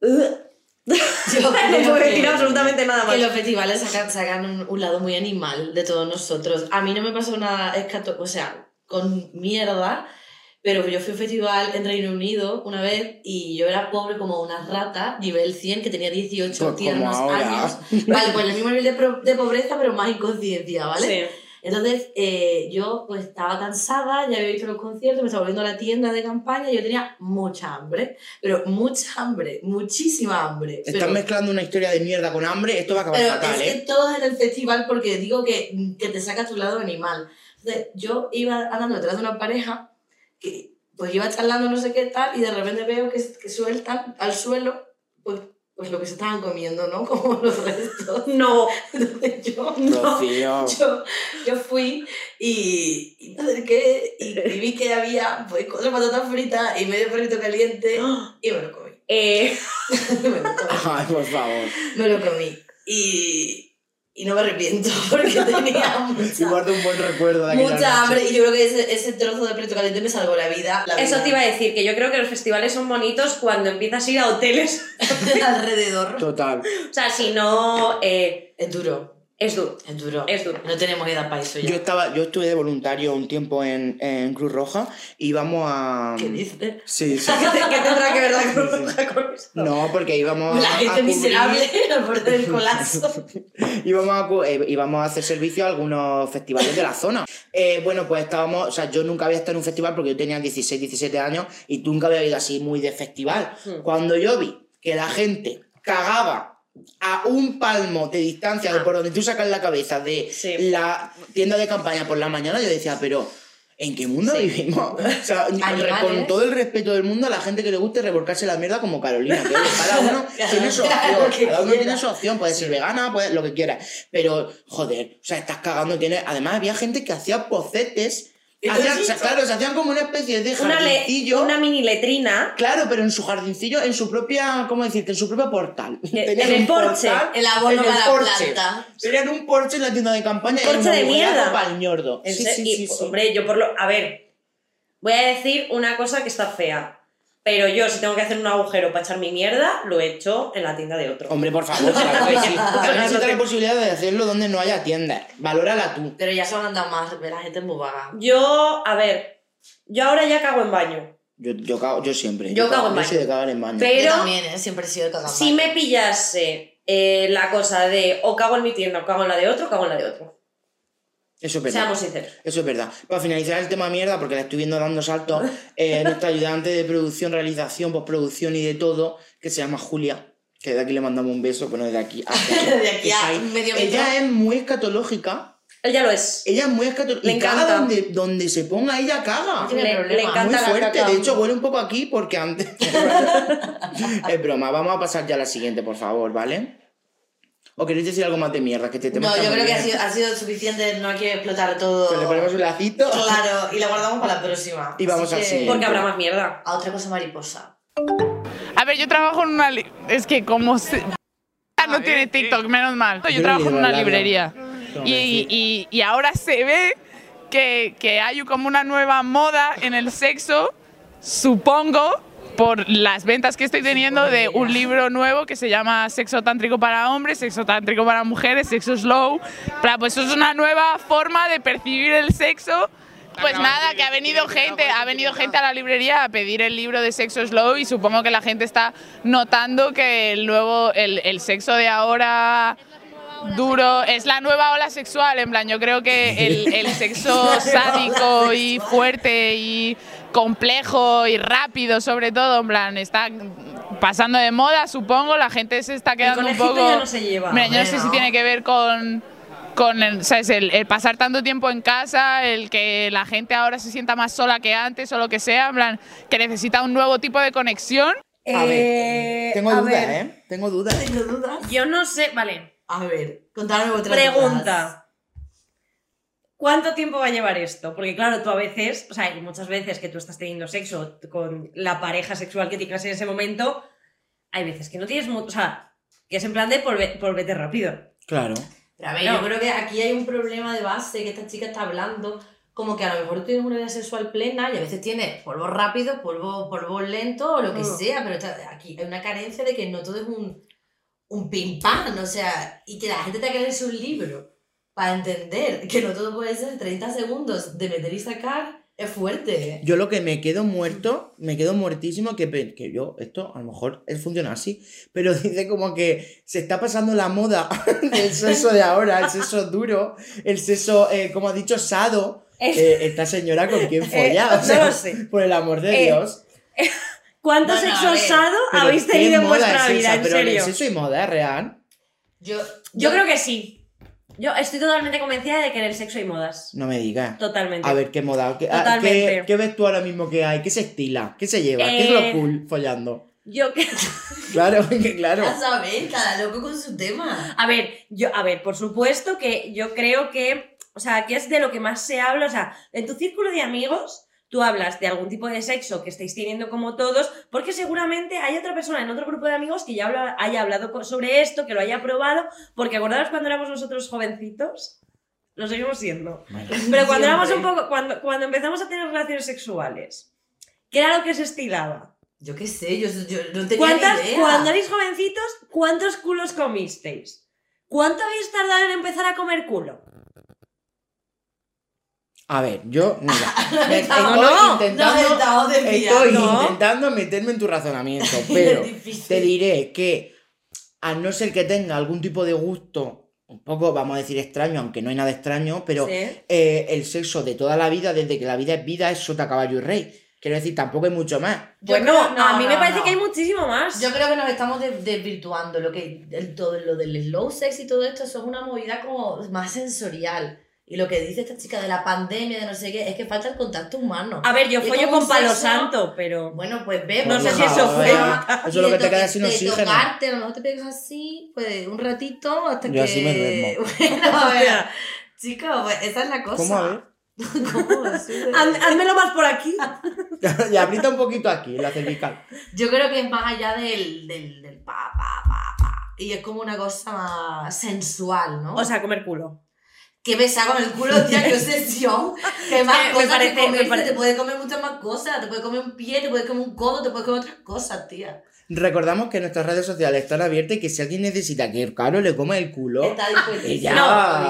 Speaker 2: ugh,
Speaker 1: Yo
Speaker 2: no
Speaker 1: creo
Speaker 2: puedo
Speaker 1: que-
Speaker 2: decir absolutamente nada más.
Speaker 1: Que los festivales sacan, sacan un, un lado muy animal de todos nosotros. A mí no me pasó nada escato, o sea, con mierda, pero yo fui a un festival en Reino Unido una vez y yo era pobre como una rata, nivel 100, que tenía 18
Speaker 3: Pues como
Speaker 1: tiernos
Speaker 3: ahora.
Speaker 1: años. Vale, pues el mismo nivel de, pro- de pobreza, pero más inconsciencia, ¿vale? Entonces, eh, yo pues estaba cansada, ya había visto los conciertos, me estaba volviendo a la tienda de campaña, yo tenía mucha hambre, pero mucha hambre, muchísima hambre.
Speaker 3: Estás
Speaker 1: pero-
Speaker 3: mezclando una historia de mierda con hambre, esto va a acabar
Speaker 1: pero es
Speaker 3: fatal, ¿eh?
Speaker 1: que todos en el festival, porque digo que, que te saca tu lado animal. Entonces, yo iba andando detrás de una pareja que pues iba charlando no sé qué tal y de repente veo que, que sueltan al suelo pues, pues lo que se estaban comiendo, ¿no? Como los restos.
Speaker 2: No,
Speaker 1: Entonces yo,
Speaker 3: Rocío.
Speaker 1: yo, yo fui y, y me acerqué y, y vi que había pues cuatro patatas fritas y medio perrito caliente y me lo comí.
Speaker 2: eh,
Speaker 1: Me lo comí
Speaker 3: Ay, por favor.
Speaker 1: me lo comí y, y no me arrepiento porque tenía
Speaker 3: Y
Speaker 1: mucha,
Speaker 3: guardo un buen recuerdo de aquella
Speaker 1: mucha
Speaker 3: noche.
Speaker 1: hambre y yo creo que ese, ese trozo de preto caliente me salvó la vida. la
Speaker 2: eso
Speaker 1: vida.
Speaker 2: te iba a decir, que yo creo que los festivales son bonitos cuando empiezas a ir a hoteles.
Speaker 1: alrededor.
Speaker 3: Total.
Speaker 2: O sea, si no, eh,
Speaker 1: Es duro,
Speaker 2: es duro,
Speaker 1: es duro.
Speaker 2: es duro.
Speaker 1: No tenemos edad para eso
Speaker 3: Yo
Speaker 1: ya.
Speaker 3: estaba, yo estuve de voluntario un tiempo en, en Cruz Roja y íbamos a.
Speaker 1: ¿Qué dices?
Speaker 3: Sí, sí.
Speaker 2: ¿Qué, te- qué tendrá que ver la
Speaker 3: Sí,
Speaker 2: Cruz
Speaker 3: sí.
Speaker 2: Roja con esto?
Speaker 3: No, porque íbamos
Speaker 1: La
Speaker 3: a- a
Speaker 1: gente
Speaker 3: cubrir-
Speaker 1: miserable al borde del colapso.
Speaker 3: íbamos, a, cu- eh, íbamos a hacer servicio a algunos festivales de la zona. Eh, bueno, pues estábamos, o sea, yo nunca había estado en un festival porque yo tenía 16, 17 años y nunca había ido así muy de festival.
Speaker 2: Hmm.
Speaker 3: Cuando yo vi que la gente cagaba a un palmo de distancia de
Speaker 2: Ah.
Speaker 3: por donde tú sacas la cabeza de
Speaker 2: Sí.
Speaker 3: la tienda de campaña por la mañana, yo decía, pero ¿En qué mundo
Speaker 1: Sí.
Speaker 3: vivimos? O sea, con-
Speaker 1: Animales.
Speaker 3: con todo el respeto del mundo a la gente que le guste revolcarse la mierda como Carolina, que oye, cada uno
Speaker 1: Cada-
Speaker 3: tiene su
Speaker 1: cada
Speaker 3: opción,
Speaker 1: lo que
Speaker 3: cada uno
Speaker 1: quiera.
Speaker 3: tiene su opción, puede ser vegana, puede lo que quiera, pero joder, o sea, estás cagando, tiene, además había gente que hacía pocetes,
Speaker 1: Eso
Speaker 3: hacían,
Speaker 1: sí,
Speaker 3: o sea, claro, se hacían como una especie de
Speaker 2: Eh, Una, le-
Speaker 3: jardincillo,
Speaker 2: una mini letrina
Speaker 3: claro, pero en su jardincillo, en su propia, ¿cómo decirte? En su propio portal. Tenían
Speaker 2: en el
Speaker 3: un
Speaker 2: porche,
Speaker 3: portal
Speaker 1: El abono
Speaker 3: en el
Speaker 1: para la
Speaker 3: porche.
Speaker 1: planta.
Speaker 3: Tenían un porche en la tienda de campaña. y
Speaker 2: Porche
Speaker 3: un
Speaker 2: de
Speaker 3: mobiliario
Speaker 2: mierda.
Speaker 3: Para el ñordo.
Speaker 2: En
Speaker 3: Sí,
Speaker 2: ser-
Speaker 3: sí,
Speaker 2: y,
Speaker 3: sí, sí.
Speaker 2: Hombre, yo por lo. A ver, voy a decir una cosa que está fea. Pero yo, si tengo que hacer un agujero para echar mi mierda, lo he hecho en la tienda de otro.
Speaker 3: Hombre, por favor, claro que sí. Además, si te
Speaker 2: Claro.
Speaker 3: da la posibilidad de hacerlo donde no haya tienda. Valórala tú.
Speaker 1: Pero ya se han andado más, la gente es muy vaga.
Speaker 2: Yo, a ver, yo ahora ya cago en baño.
Speaker 3: Yo, yo, cago- yo siempre.
Speaker 2: Yo cago en
Speaker 3: Yo
Speaker 2: baño.
Speaker 3: soy de cagar en baño.
Speaker 2: Pero-
Speaker 1: Yo también, ¿eh? siempre he sido
Speaker 3: Ah,
Speaker 1: de cagamba.
Speaker 2: Si me pillase eh, la cosa de o cago en mi tienda, o cago en la de otro, o cago en la de otro.
Speaker 3: Eso es verdad.
Speaker 2: Seamos sinceros.
Speaker 3: Eso es verdad. Para finalizar el tema mierda, porque la estoy viendo dando saltos, eh, nuestra ayudante de producción, realización, postproducción y de todo, que se llama Julia, que de aquí le mandamos un beso, bueno, de aquí hasta
Speaker 1: De aquí a medio
Speaker 3: Ella
Speaker 1: metro.
Speaker 3: es muy escatológica.
Speaker 2: Él ya lo es.
Speaker 3: Ella es muy escatológica.
Speaker 2: Le
Speaker 3: y caga
Speaker 2: encanta.
Speaker 3: donde, donde se ponga, ella caga.
Speaker 1: tiene
Speaker 2: Le,
Speaker 1: problema.
Speaker 2: le
Speaker 3: Muy
Speaker 2: encanta la
Speaker 3: fuerte,
Speaker 2: caca.
Speaker 3: de hecho huele un poco aquí porque antes... es broma, vamos a pasar ya a la siguiente, por favor, ¿vale? ¿O queréis decir algo más de mierda? Que este tema
Speaker 1: No,
Speaker 3: está
Speaker 1: yo
Speaker 3: muy
Speaker 1: creo que ha
Speaker 3: bien.
Speaker 1: sido, ha sido suficiente, no hay que explotar todo.
Speaker 3: Pues le ponemos un lacito.
Speaker 1: Claro, y la guardamos para la próxima.
Speaker 3: Y vamos al
Speaker 1: que-
Speaker 3: siguiente.
Speaker 2: Porque habrá más mierda.
Speaker 1: A otra cosa mariposa.
Speaker 8: A ver, yo trabajo en una... li- Es que como... se- Ah, no tiene TikTok, menos mal. Yo trabajo en una librería. Y, y- y ahora se ve que, que hay como una nueva moda en el sexo, supongo, por las ventas que estoy teniendo de un libro nuevo que se llama Sexo Tántrico para hombres, Sexo Tántrico para mujeres, Sexo Slow. Pra- Pues eso es una nueva forma de percibir el sexo. Pues nada, que ha venido gente, ha venido gente a la librería a pedir el libro de Sexo Slow y supongo que la gente está notando que el nuevo, el, el sexo de ahora duro, es la nueva ola sexual, en plan, yo creo que el, el sexo sádico y fuerte y complejo y rápido sobre todo, en plan, está pasando de moda, supongo, la gente se está quedando un
Speaker 2: conejito
Speaker 8: poco...
Speaker 2: ya no se lleva.
Speaker 8: Mira, yo no sé
Speaker 1: Bueno.
Speaker 8: si tiene que ver con... Con el, ¿sabes? El, el pasar tanto tiempo en casa, el que la gente ahora se sienta más sola que antes o lo que sea, en plan, que necesita un nuevo tipo de conexión.
Speaker 3: A ver,
Speaker 2: Eh,
Speaker 3: tengo
Speaker 2: a
Speaker 3: dudas,
Speaker 2: ver,
Speaker 3: ¿eh? Tengo dudas.
Speaker 1: ¿Tengo dudas?
Speaker 2: Yo no sé. Vale.
Speaker 1: A ver, contadme vuestras dudas.
Speaker 2: Pregunta. ¿Cuánto tiempo va a llevar esto? Porque claro, tú a veces, o sea, hay muchas veces que tú estás teniendo sexo con la pareja sexual que tienes en ese momento, hay veces que no tienes mucho, o sea, que es en plan de por, ve- por vete rápido.
Speaker 3: Claro.
Speaker 1: Pero a ver,
Speaker 2: No.
Speaker 1: yo creo que aquí hay un problema de base que esta chica está hablando. Como que a lo mejor tienes una vida sexual plena y a veces tienes polvo rápido, polvo, polvo lento o lo que
Speaker 2: Mm.
Speaker 1: sea, pero está- aquí hay una carencia de que no todo es un, un pim pam, o sea, y que la gente tenga que leerse un libro para entender que no todo puede ser 30 segundos de meter y sacar, es fuerte. ¿eh?
Speaker 3: Yo lo que me quedo muerto, me quedo muertísimo, que, pe- que yo, esto a lo mejor él funciona así, pero dice como que se está pasando la moda del sexo de ahora, el sexo duro, el sexo, eh, como ha dicho, sado.
Speaker 2: Es-
Speaker 3: Eh, esta señora con quien folla,
Speaker 2: Eh,
Speaker 3: o sea,
Speaker 2: no lo sé.
Speaker 3: por el amor de
Speaker 2: Eh,
Speaker 3: Dios.
Speaker 2: ¿Cuánto
Speaker 1: Bueno,
Speaker 2: sexo
Speaker 1: a ver,
Speaker 2: osado
Speaker 3: Pero
Speaker 2: habéis
Speaker 3: ¿qué
Speaker 2: tenido en
Speaker 3: moda
Speaker 2: vuestra
Speaker 3: es
Speaker 2: vida?
Speaker 3: esa?
Speaker 2: En
Speaker 3: Pero
Speaker 2: serio.
Speaker 3: el sexo y moda es real.
Speaker 1: Yo,
Speaker 2: Yo creo que sí. Yo estoy totalmente convencida de que en el sexo hay modas.
Speaker 3: No me digas.
Speaker 2: Totalmente.
Speaker 3: A ver, ¿qué moda? ¿Qué, ah,
Speaker 2: Totalmente.
Speaker 3: ¿qué, qué ves tú ahora mismo que hay? ¿Qué se estila? ¿Qué se lleva? ¿Qué es
Speaker 2: Eh,
Speaker 3: lo cool follando?
Speaker 2: Yo que...
Speaker 3: Claro, que claro.
Speaker 1: A saber, cada loco con su tema.
Speaker 2: A ver, yo, a ver, por supuesto que yo creo que, o sea, que es de lo que más se habla, o sea, en tu círculo de amigos tú hablas de algún tipo de sexo que estáis teniendo como todos, porque seguramente hay otra persona en otro grupo de amigos que ya habla- haya hablado co- sobre esto, que lo haya probado, porque acordaros cuando éramos nosotros jovencitos, lo seguimos siendo. Pero cuando éramos un
Speaker 1: Siempre.
Speaker 2: poco, cuando, cuando empezamos a tener relaciones sexuales, que era lo que se estilaba.
Speaker 1: Yo qué sé, yo, yo no tenía
Speaker 2: ¿Cuántas,
Speaker 1: ni idea.
Speaker 2: cuando erais jovencitos, cuántos culos comisteis? ¿Cuánto habéis tardado en empezar a comer culo?
Speaker 3: A ver, yo, mira, me- estoy
Speaker 1: No,
Speaker 2: Ah, no,
Speaker 1: Nos
Speaker 3: intentando,
Speaker 1: estamos desviando.
Speaker 3: estoy
Speaker 2: ¿no?
Speaker 3: intentando meterme en tu razonamiento, pero
Speaker 1: Es difícil.
Speaker 3: te diré que a no ser que tenga algún tipo de gusto, un poco, vamos a decir extraño, aunque no hay nada extraño, pero
Speaker 2: Sí.
Speaker 3: eh, el sexo de toda la vida, desde que la vida es vida, es sota, caballo y rey. Quiero decir, tampoco hay mucho más.
Speaker 1: Yo
Speaker 2: bueno,
Speaker 1: creo- no,
Speaker 2: a mí me
Speaker 1: no,
Speaker 2: parece
Speaker 1: no.
Speaker 2: que hay muchísimo más.
Speaker 1: Yo creo que nos estamos des- desvirtuando. Lo que el- todo lo del slow sex y todo esto, eso es una movida como más sensorial. Y lo que dice esta chica de la pandemia, de no sé qué, es que falta el contacto humano.
Speaker 2: A ver, yo
Speaker 1: Y es
Speaker 2: follo
Speaker 1: como
Speaker 2: con
Speaker 1: un
Speaker 2: Palo
Speaker 1: sexo-
Speaker 2: santo, pero.
Speaker 1: Bueno, pues ve,
Speaker 2: No
Speaker 1: por
Speaker 2: sé si
Speaker 1: favor.
Speaker 2: eso fue.
Speaker 3: Eso es lo
Speaker 1: Y
Speaker 3: que
Speaker 1: de
Speaker 3: te queda
Speaker 1: toque-
Speaker 3: sin
Speaker 1: de
Speaker 3: oxígeno.
Speaker 1: tocarte, a lo mejor te pegas así, pues un ratito hasta
Speaker 3: Yo
Speaker 1: que.
Speaker 3: así me duermo.
Speaker 1: Bueno, a ver. Chicos, pues, esa es la cosa.
Speaker 3: ¿Cómo a ver?
Speaker 1: ¿Cómo? Así de-
Speaker 2: Haz- Házmelo más por aquí.
Speaker 3: y aprieta un poquito aquí, en la cervical.
Speaker 1: Yo creo que es más allá del, del, del pa, pa, pa, pa. Y es como una cosa más sensual, ¿no?
Speaker 2: O sea, comer culo.
Speaker 1: que pesa con el culo, tía, qué obsesión. Que más
Speaker 2: que me
Speaker 1: cosas
Speaker 2: parece-
Speaker 1: te, comer,
Speaker 2: me parece-
Speaker 1: te puede comer muchas más cosas. Te puede comer un pie, te puede comer un codo, te puede comer otras cosas, tía.
Speaker 3: Recordamos que nuestras redes sociales están abiertas y que si alguien necesita que el caro le coma el culo,
Speaker 1: Está dispuestísimo.
Speaker 3: ella.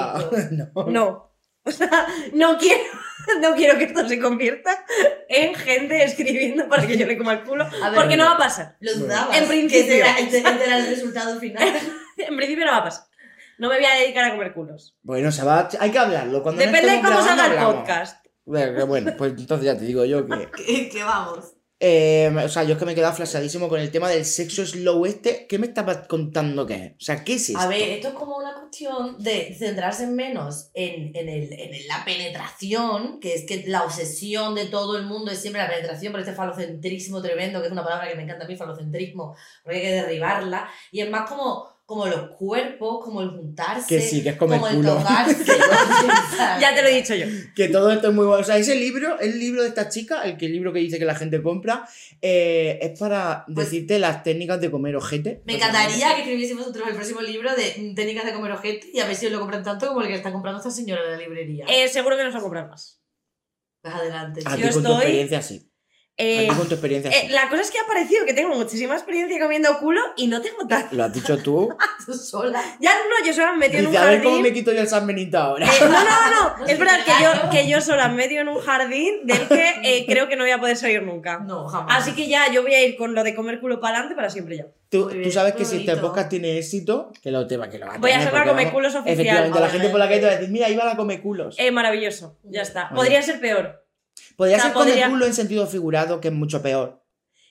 Speaker 3: No.
Speaker 2: No. O sea, no quiero. No quiero que esto se convierta en gente escribiendo para que yo le coma el culo,
Speaker 1: ver.
Speaker 2: porque no va a pasar.
Speaker 1: Lo
Speaker 3: Bueno.
Speaker 1: dudabas.
Speaker 2: En
Speaker 1: que
Speaker 2: principio.
Speaker 1: ese era- ese- ese era el resultado final.
Speaker 2: En principio no va a pasar. No me voy a dedicar a comer culos.
Speaker 3: Bueno, se va, hay que hablarlo. Cuando no
Speaker 2: Depende de
Speaker 3: estemos
Speaker 2: cómo salga
Speaker 3: grabando,
Speaker 2: el
Speaker 3: hablamos.
Speaker 2: podcast.
Speaker 3: Bueno, bueno, pues entonces ya te digo yo que.
Speaker 1: que, que vamos.
Speaker 3: Eh, o sea, yo es que me he quedado flasadísimo con el tema del sexo slow este. ¿Qué me estabas contando que es? O sea, ¿qué es esto?
Speaker 1: A ver, esto es como una cuestión de centrarse menos en, en, el, en el- la penetración, que es que la obsesión de todo el mundo es siempre la penetración, pero este falocentrismo tremendo, que es una palabra que me encanta a mí, falocentrismo, porque hay que derribarla, y es más como, como los cuerpos, como el juntarse,
Speaker 3: Que sí, que es comer
Speaker 1: como el
Speaker 3: culo.
Speaker 1: tocarse. ¿sabes?
Speaker 2: Ya te lo he dicho yo.
Speaker 3: Que todo esto es muy bueno. O sea, ese libro, el libro de esta chica, el, que, el libro que dice que la gente compra, eh, es para
Speaker 1: Pues-
Speaker 3: decirte las técnicas de comer ojete.
Speaker 1: Me
Speaker 3: básicamente.
Speaker 1: encantaría que escribiese vosotros el próximo libro de técnicas de comer ojete y a ver si os lo compran tanto como el que está comprando esta señora en la librería.
Speaker 2: Eh, seguro que nos va a comprar más.
Speaker 1: Pues adelante.
Speaker 3: A ti
Speaker 2: Yo
Speaker 3: con tu
Speaker 2: estoy-
Speaker 3: experiencia sí.
Speaker 2: Eh,
Speaker 3: a ti con tu experiencia
Speaker 2: eh,
Speaker 3: sí.
Speaker 2: la cosa es que ha parecido que tengo muchísima experiencia comiendo culo y no tengo tanta.
Speaker 3: Lo has dicho tú.
Speaker 1: Tú sola.
Speaker 2: Ya no, yo sola me metí en un
Speaker 3: Dice, a ver cómo
Speaker 2: jardín.
Speaker 3: me quito yo el San Benito ahora.
Speaker 2: Eh, no, no, no,
Speaker 1: No,
Speaker 2: es verdad que
Speaker 1: claro.
Speaker 2: yo, que yo sola me metí en un jardín del que eh, creo que no voy a poder salir nunca.
Speaker 1: No, jamás.
Speaker 2: Así que ya yo voy a ir con lo de comer culo para adelante para siempre ya.
Speaker 3: Tú,
Speaker 1: muy
Speaker 3: tú
Speaker 1: bien,
Speaker 3: sabes
Speaker 1: muy
Speaker 3: que si este
Speaker 1: bonito.
Speaker 3: podcast tiene éxito, que lo tema que lo va a
Speaker 2: Voy a
Speaker 3: tener,
Speaker 2: hacerla
Speaker 3: porque
Speaker 2: come
Speaker 3: vamos-
Speaker 2: culos oficial.
Speaker 3: Efectivamente, la gente por la calle te va a
Speaker 1: Obviamente.
Speaker 3: decir, mira, ahí va la come culos.
Speaker 2: Eh, maravilloso, ya está.
Speaker 3: Vale.
Speaker 2: Podría ser peor.
Speaker 3: podría
Speaker 2: o sea,
Speaker 3: ser con
Speaker 2: podría-
Speaker 3: el culo en sentido figurado, que es mucho peor.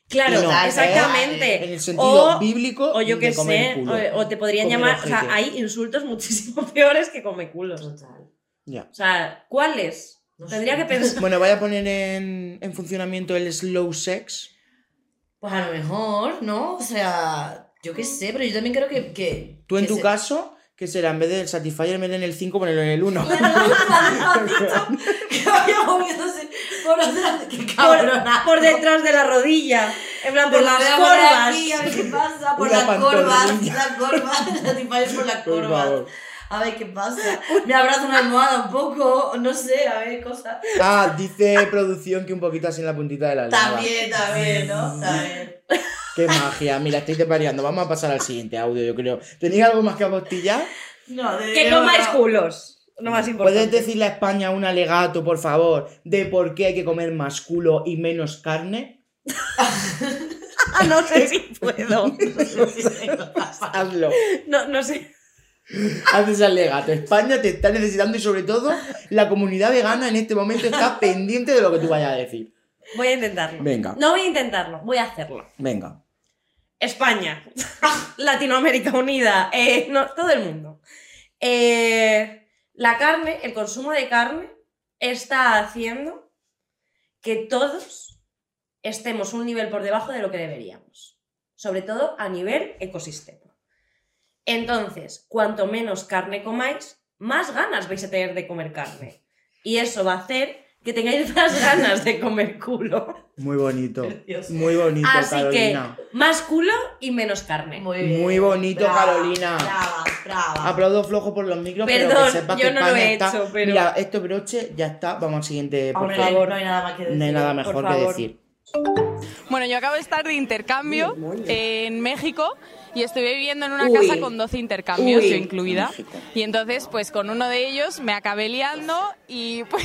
Speaker 2: Claro,
Speaker 3: Y no, eh,
Speaker 2: exactamente.
Speaker 3: En el sentido
Speaker 2: Eh, o,
Speaker 3: bíblico,
Speaker 2: o yo
Speaker 3: de
Speaker 2: qué
Speaker 3: comer
Speaker 2: sé,
Speaker 3: culo.
Speaker 2: o, o te podrían
Speaker 3: Comer
Speaker 2: llamar. O sea,
Speaker 3: ojete.
Speaker 2: hay insultos muchísimo peores que come culos.
Speaker 1: Total.
Speaker 3: Ya.
Speaker 2: O sea, ¿cuáles?
Speaker 1: No
Speaker 2: Tendría
Speaker 1: sé.
Speaker 2: que pensar.
Speaker 3: Bueno, voy a poner en, en funcionamiento el slow sex.
Speaker 1: Pues a lo mejor, ¿no? O sea, yo qué sé, pero yo también creo que. que
Speaker 3: Tú en
Speaker 1: que
Speaker 3: tu
Speaker 1: se-
Speaker 3: caso, que será en vez del satisfier, en vez de en el 5, ponerlo en el 1.
Speaker 1: Que vaya moviéndose por otra. ¡Qué
Speaker 2: Por,
Speaker 1: cabrona!
Speaker 2: por detrás de la rodilla. En plan, por
Speaker 1: Por
Speaker 2: las
Speaker 1: las
Speaker 2: corvas.
Speaker 1: aquí, a ver qué pasa. Por
Speaker 3: Una
Speaker 1: las corvas,
Speaker 3: pantorrilla.
Speaker 1: las corvas. Las timbales por las
Speaker 3: Por
Speaker 1: corvas.
Speaker 3: favor.
Speaker 1: A ver qué pasa. Me abrazo una almohada un poco. No sé, a ver, cosas.
Speaker 3: Ah, dice producción que un poquito así en la puntita de la lengua.
Speaker 1: También, también, ¿no? También.
Speaker 3: Qué magia. Mira, estáis desvariando. Vamos a pasar al siguiente audio, yo creo. ¿Tenéis algo más que apostillar?
Speaker 1: No, de
Speaker 2: Que
Speaker 1: de-
Speaker 2: comáis
Speaker 1: no.
Speaker 2: culos. Lo más importante.
Speaker 3: ¿Puedes decirle a España un alegato, por favor, de por qué hay que comer más culo y menos carne?
Speaker 2: Ah, no sé si puedo.
Speaker 3: Hazlo.
Speaker 2: No, no sé.
Speaker 3: Haz ese alegato. España te está necesitando y sobre todo la comunidad vegana en este momento está pendiente de lo que tú vayas a decir.
Speaker 2: Voy a intentarlo.
Speaker 3: Venga.
Speaker 2: No voy a intentarlo, voy a hacerlo.
Speaker 3: Venga.
Speaker 2: España, Latinoamérica Unida, eh, no, todo el mundo. Eh, la carne, el consumo de carne, está haciendo que todos estemos un nivel por debajo de lo que deberíamos, sobre todo a nivel ecosistema. Entonces, cuanto menos carne comáis, más ganas vais a tener de comer carne. Y eso va a hacer que tengáis más ganas de comer culo.
Speaker 3: Muy bonito.
Speaker 1: Dios.
Speaker 3: Muy bonito,
Speaker 2: Así
Speaker 3: Carolina.
Speaker 2: que más culo y menos carne.
Speaker 1: Muy bien.
Speaker 3: Muy bonito,
Speaker 1: Brava,
Speaker 3: Carolina.
Speaker 1: Brava, brava.
Speaker 3: Aplaudo flojo por los micros, pero
Speaker 2: Perdón,
Speaker 3: que sepas
Speaker 2: yo
Speaker 3: que
Speaker 2: no lo he
Speaker 3: España está.
Speaker 2: hecho, pero-
Speaker 3: Mira, este broche ya está. Vamos al siguiente, por
Speaker 1: Hombre,
Speaker 3: favor.
Speaker 1: no hay nada más que decir.
Speaker 3: No hay nada mejor que
Speaker 2: favor.
Speaker 3: decir.
Speaker 8: Bueno, yo acabo de estar de intercambio en México y estuve viviendo en una
Speaker 2: Uy.
Speaker 8: casa con 12 intercambios,
Speaker 2: Uy.
Speaker 8: yo incluida. Y entonces, pues con uno de ellos me acabé liando y pues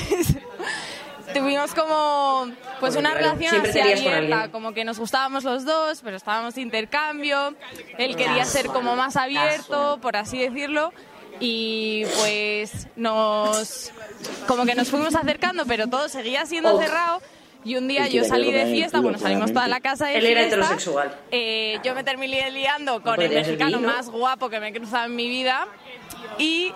Speaker 8: tuvimos como pues una relación
Speaker 2: siempre
Speaker 8: así
Speaker 2: te lías con
Speaker 8: abierta,
Speaker 2: alguien.
Speaker 8: como que nos gustábamos los dos, pero estábamos de intercambio. Él quería ser como más abierto, por así decirlo. Y pues nos como que nos fuimos acercando, pero todo seguía siendo cerrado. Y un día
Speaker 3: Estoy
Speaker 8: yo
Speaker 3: de acuerdo
Speaker 8: salí de
Speaker 3: con él,
Speaker 8: fiesta, bueno, salimos toda la
Speaker 3: claramente.
Speaker 8: casa de
Speaker 2: Él era
Speaker 8: fiesta.
Speaker 2: heterosexual.
Speaker 8: Eh, yo me terminé liando con el
Speaker 2: podría ser
Speaker 8: mexicano
Speaker 2: vino.
Speaker 8: más guapo que me he cruzado en mi vida. Y,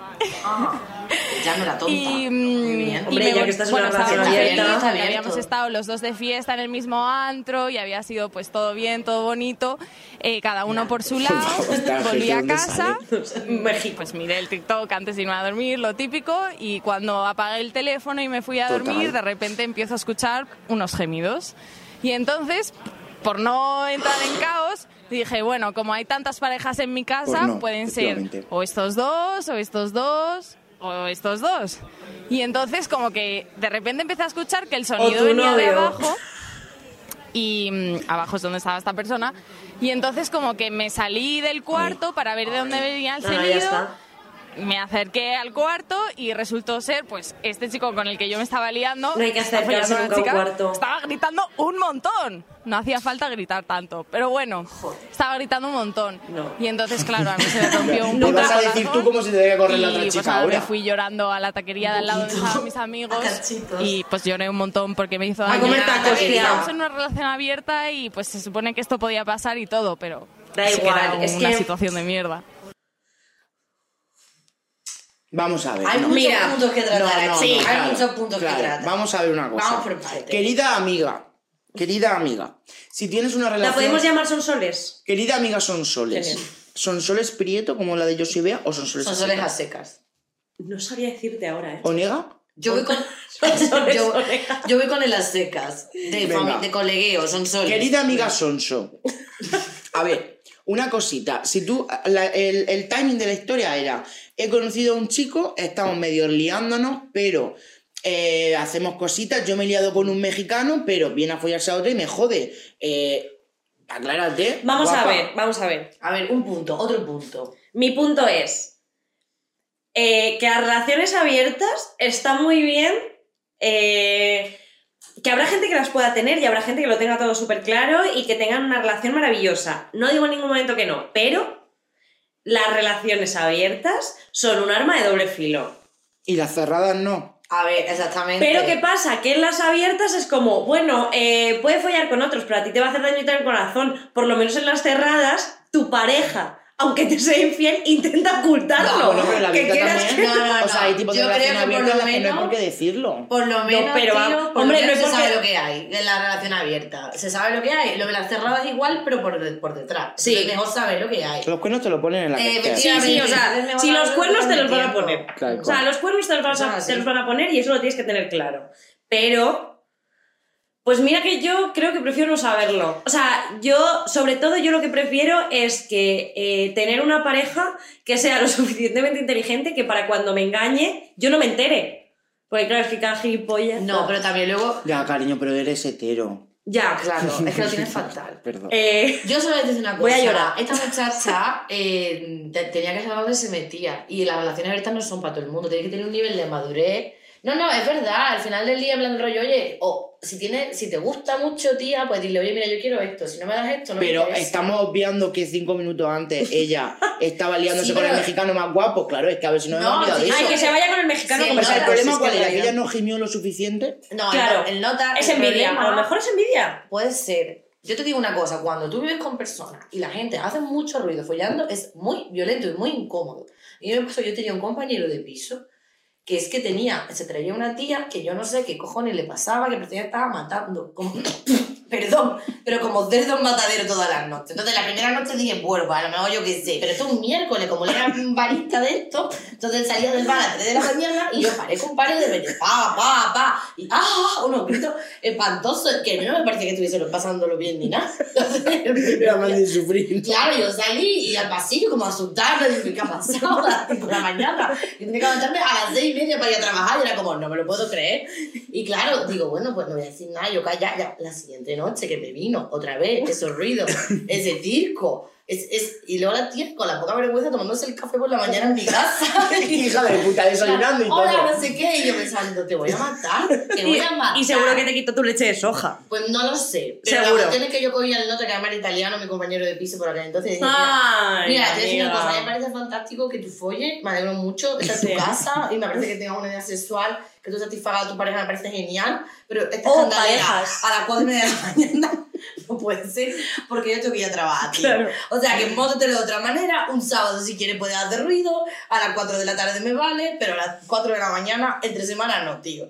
Speaker 1: Ya no era tonta. Muy
Speaker 8: y, mm,
Speaker 1: bien.
Speaker 8: y
Speaker 2: Hombre,
Speaker 8: me
Speaker 2: ya
Speaker 8: vol-
Speaker 2: que estás en
Speaker 8: bueno,
Speaker 2: una relación
Speaker 1: abierta,
Speaker 8: estábamos felices,
Speaker 1: está
Speaker 8: que
Speaker 1: abierto.
Speaker 8: habíamos estado los dos de fiesta en el mismo antro y había sido pues todo bien, todo bonito, eh, cada uno por su lado.
Speaker 3: Está,
Speaker 8: Volví
Speaker 3: gente,
Speaker 8: a
Speaker 3: ¿dónde
Speaker 8: casa.
Speaker 3: sale?
Speaker 2: México.
Speaker 8: Pues miré el TikTok antes de irme a dormir, lo típico, y cuando apagué el teléfono y me fui a
Speaker 3: Total.
Speaker 8: dormir, de repente empiezo a escuchar unos gemidos. Y entonces, por no entrar en caos, dije, bueno, como hay tantas parejas en mi casa,
Speaker 3: Pues no,
Speaker 8: pueden ser
Speaker 3: efectivamente.
Speaker 8: o estos dos, o estos dos, o estos dos. Y entonces como que de repente empecé a escuchar que el sonido
Speaker 2: tu
Speaker 8: venía de
Speaker 2: novio.
Speaker 8: abajo y mm, abajo es donde estaba esta persona. Y entonces como que me salí del cuarto para ver de dónde venía el
Speaker 2: No, no,
Speaker 8: sonido.
Speaker 2: ya está.
Speaker 8: Me acerqué al cuarto y resultó ser, pues, este chico con el que yo me estaba liando.
Speaker 2: No hay que
Speaker 8: estaba
Speaker 2: acercarse
Speaker 8: follando a una
Speaker 2: nunca a un cuarto.
Speaker 8: Estaba gritando un montón. No hacía falta gritar tanto, pero bueno, estaba gritando un montón.
Speaker 2: No.
Speaker 8: Y entonces, claro, a mí se me rompió un
Speaker 3: No
Speaker 8: poco
Speaker 3: vas
Speaker 8: el
Speaker 3: a decir tú
Speaker 8: corazón.
Speaker 3: cómo se te debe correr la
Speaker 8: Y,
Speaker 3: otra
Speaker 8: pues,
Speaker 3: chica
Speaker 8: nada, me
Speaker 3: ahora.
Speaker 8: fui llorando a la taquería de al lado donde
Speaker 1: poquito.
Speaker 8: estaban mis amigos
Speaker 1: A cachitos.
Speaker 8: y pues lloré un montón porque me hizo
Speaker 2: A
Speaker 8: daño.
Speaker 2: comer tacos, tía.
Speaker 8: Estamos en una relación abierta y pues se supone que esto podía pasar y todo, pero
Speaker 2: Da
Speaker 8: sí que
Speaker 2: igual,
Speaker 8: era
Speaker 2: es
Speaker 8: una
Speaker 2: que-
Speaker 8: situación de mierda.
Speaker 3: Vamos a ver.
Speaker 1: Hay
Speaker 3: no.
Speaker 1: muchos
Speaker 2: Mira,
Speaker 1: puntos que tratar.
Speaker 3: No, no,
Speaker 1: sí,
Speaker 3: no,
Speaker 1: hay
Speaker 3: claro,
Speaker 1: muchos puntos
Speaker 3: claro.
Speaker 1: que tratar.
Speaker 3: Vamos a ver una cosa.
Speaker 1: Vamos por partes.
Speaker 3: Querida amiga, querida amiga, si tienes una relación.
Speaker 2: ¿La podemos llamar Sonsoles?
Speaker 3: Querida amiga Sonsoles.
Speaker 2: Genial.
Speaker 3: ¿Sonsoles Prieto como la de Josie Bea o Sonsoles
Speaker 1: Son
Speaker 3: Así?
Speaker 1: soles a secas.
Speaker 2: No sabía decirte ahora, ¿eh?
Speaker 3: ¿Onega?
Speaker 1: Yo voy con.
Speaker 2: soles,
Speaker 1: yo,
Speaker 2: orejas.
Speaker 1: yo voy con el a secas. De,
Speaker 3: Venga.
Speaker 1: fami- de colegueo, son soles.
Speaker 3: Querida amiga Sonso. A ver, una cosita. Si tú. la- el, el timing de la historia era. He conocido a un chico, estamos medio liándonos, pero. eh, hacemos cositas, yo me he liado con un mexicano, pero viene a follarse a otro y me jode. Eh, aclárate.
Speaker 2: Vamos a
Speaker 3: guapa.
Speaker 2: ver, vamos a ver.
Speaker 1: A ver, un punto, otro punto.
Speaker 2: Mi punto es eh, que las relaciones abiertas está muy bien. eh, que habrá gente que las pueda tener y habrá gente que lo tenga todo súper claro y que tengan una relación maravillosa. No digo en ningún momento que no, pero las relaciones abiertas son un arma de doble filo.
Speaker 3: Y las cerradas no.
Speaker 1: A ver, exactamente.
Speaker 2: Pero ¿qué pasa? Que en las abiertas es como, bueno, eh, puede follar con otros, pero a ti te va a hacer daño y te el corazón. Por lo menos en las cerradas, tu pareja, aunque te sea infiel, intenta ocultarlo.
Speaker 3: No, bueno, pero la
Speaker 2: que
Speaker 3: abierta
Speaker 2: quieras
Speaker 3: también.
Speaker 2: que no.
Speaker 1: No, no, no.
Speaker 3: O sea, hay tipos de
Speaker 1: Yo creo
Speaker 3: relación
Speaker 1: que por
Speaker 3: abierta en
Speaker 1: lo
Speaker 3: las que no hay
Speaker 1: menos-
Speaker 3: por qué decirlo.
Speaker 1: Por lo menos,
Speaker 2: pero va-
Speaker 1: tío, por
Speaker 2: hombre,
Speaker 1: lo menos
Speaker 2: no es
Speaker 1: se
Speaker 2: porque-
Speaker 1: sabe lo que hay de la relación abierta. Se sabe lo que hay. Lo de las cerradas igual, pero por, de- por detrás.
Speaker 2: Sí.
Speaker 1: Es mejor saber lo que hay.
Speaker 3: Los cuernos te lo ponen en la
Speaker 1: Eh,
Speaker 3: cartera.
Speaker 2: Sí, sí, o sea, si los cuernos te los van a poner.
Speaker 3: Claro,
Speaker 2: O sea, los cuernos te los, vas a-
Speaker 1: Ah, sí.
Speaker 2: te los van a poner y eso lo tienes que tener claro. Pero... Pues mira que yo creo que prefiero no saberlo. O sea, yo, sobre todo, yo lo que prefiero es que eh, tener una pareja que sea lo suficientemente inteligente que para cuando me engañe, yo no me entere. Porque claro, es que cada gilipollas...
Speaker 1: No, pero también luego.
Speaker 3: Ya, cariño, pero eres hetero.
Speaker 2: Ya,
Speaker 1: Claro, es que lo tienes fatal.
Speaker 3: Perdón.
Speaker 2: Eh,
Speaker 1: Yo solo voy a decir una cosa.
Speaker 2: Voy a llorar.
Speaker 1: Esta muchacha eh, te- tenía que saber dónde se metía. Y las relaciones abiertas no son para todo el mundo. Tiene que tener un nivel de madurez. No, no, es verdad. Al final del día, en plan rollo, oye, o si, tiene, si te gusta mucho, tía, pues dile, oye, mira, yo quiero esto. Si no me das esto, no
Speaker 3: pero
Speaker 1: me interesa.
Speaker 3: estamos obviando que cinco minutos antes ella estaba liándose
Speaker 1: Sí,
Speaker 3: con el
Speaker 1: pero-
Speaker 3: mexicano más guapo. Claro, es que a ver si no, me
Speaker 1: No,
Speaker 3: hemos olvidado de
Speaker 1: sí,
Speaker 3: eso.
Speaker 2: ay, que se vaya con el mexicano
Speaker 1: Sí,
Speaker 2: como
Speaker 3: O sea,
Speaker 1: no,
Speaker 3: el
Speaker 1: no,
Speaker 3: problema
Speaker 1: sí,
Speaker 3: cuál
Speaker 1: en
Speaker 3: era, que
Speaker 1: realidad.
Speaker 3: ella no gimió lo suficiente.
Speaker 1: No,
Speaker 2: Claro.
Speaker 1: el, no- el nota.
Speaker 2: Es
Speaker 1: el
Speaker 2: envidia,
Speaker 1: problema
Speaker 2: a lo mejor es envidia.
Speaker 1: Puede ser. Yo te digo una cosa, cuando tú vives con personas y la gente hace mucho ruido follando, es muy violento y muy incómodo. Y yo me pasó, yo tenía un compañero de piso que es que tenía, se traía una tía que yo no sé qué cojones le pasaba, que parecía que estaba matando. Como, perdón, pero como desde un matadero todas las noches. Entonces la primera noche dije, bueno, a lo mejor yo qué sé, pero esto es un miércoles, como le era un barista de esto, entonces salía del bar a las 3 de la mañana y yo paré con pares de repente, pa, pa, pa, y ah, unos gritos espantosos, que no me parecía que estuviesen pasándolo bien ni nada. Entonces, el primer
Speaker 3: Era más
Speaker 1: día-
Speaker 3: de sufrir.
Speaker 1: Claro, yo salí y al pasillo como asustada, dije, ¿qué ha pasado? A las cinco de la mañana. Y tenía que levantarme a las seis y media para ir a trabajar y era como, no me lo puedo creer. Y claro, digo, bueno, pues no voy a decir nada, yo calla, ya. La siguiente noche que me vino otra vez esos ruidos, ese circo. Es, es, y luego la tía con la poca vergüenza tomándose el café por la mañana en mi casa.
Speaker 3: Hija de puta, desayunando y todo.
Speaker 1: Hola, no sé qué. Y yo pensando, te voy a matar, te voy a matar.
Speaker 2: Y seguro que te quitó tu leche de soja.
Speaker 1: Pues no lo sé. Pero
Speaker 2: Seguro.
Speaker 1: La cuestión es que yo cogía el nota que además era italiano, mi compañero de piso por aquel entonces. y decía,
Speaker 2: Ay,
Speaker 1: Mira, te voy a decir una
Speaker 2: amiga.
Speaker 1: cosa, me parece fantástico que tú folles, me alegro mucho, esta es
Speaker 2: Sí.
Speaker 1: tu casa y me parece que tengas una idea sexual, que tú satisfagas a tu pareja, me parece genial, pero esta
Speaker 2: O
Speaker 1: escandalera
Speaker 2: parejas.
Speaker 1: a las 4 y media de la mañana no puede ser porque yo tengo que ir a trabajar, tío.
Speaker 2: Claro.
Speaker 1: O sea, que mótetelo de otra manera, un sábado si quieres puedes hacer ruido, a las 4 de la tarde me vale, pero a las 4 de la mañana, entre semana no, tío.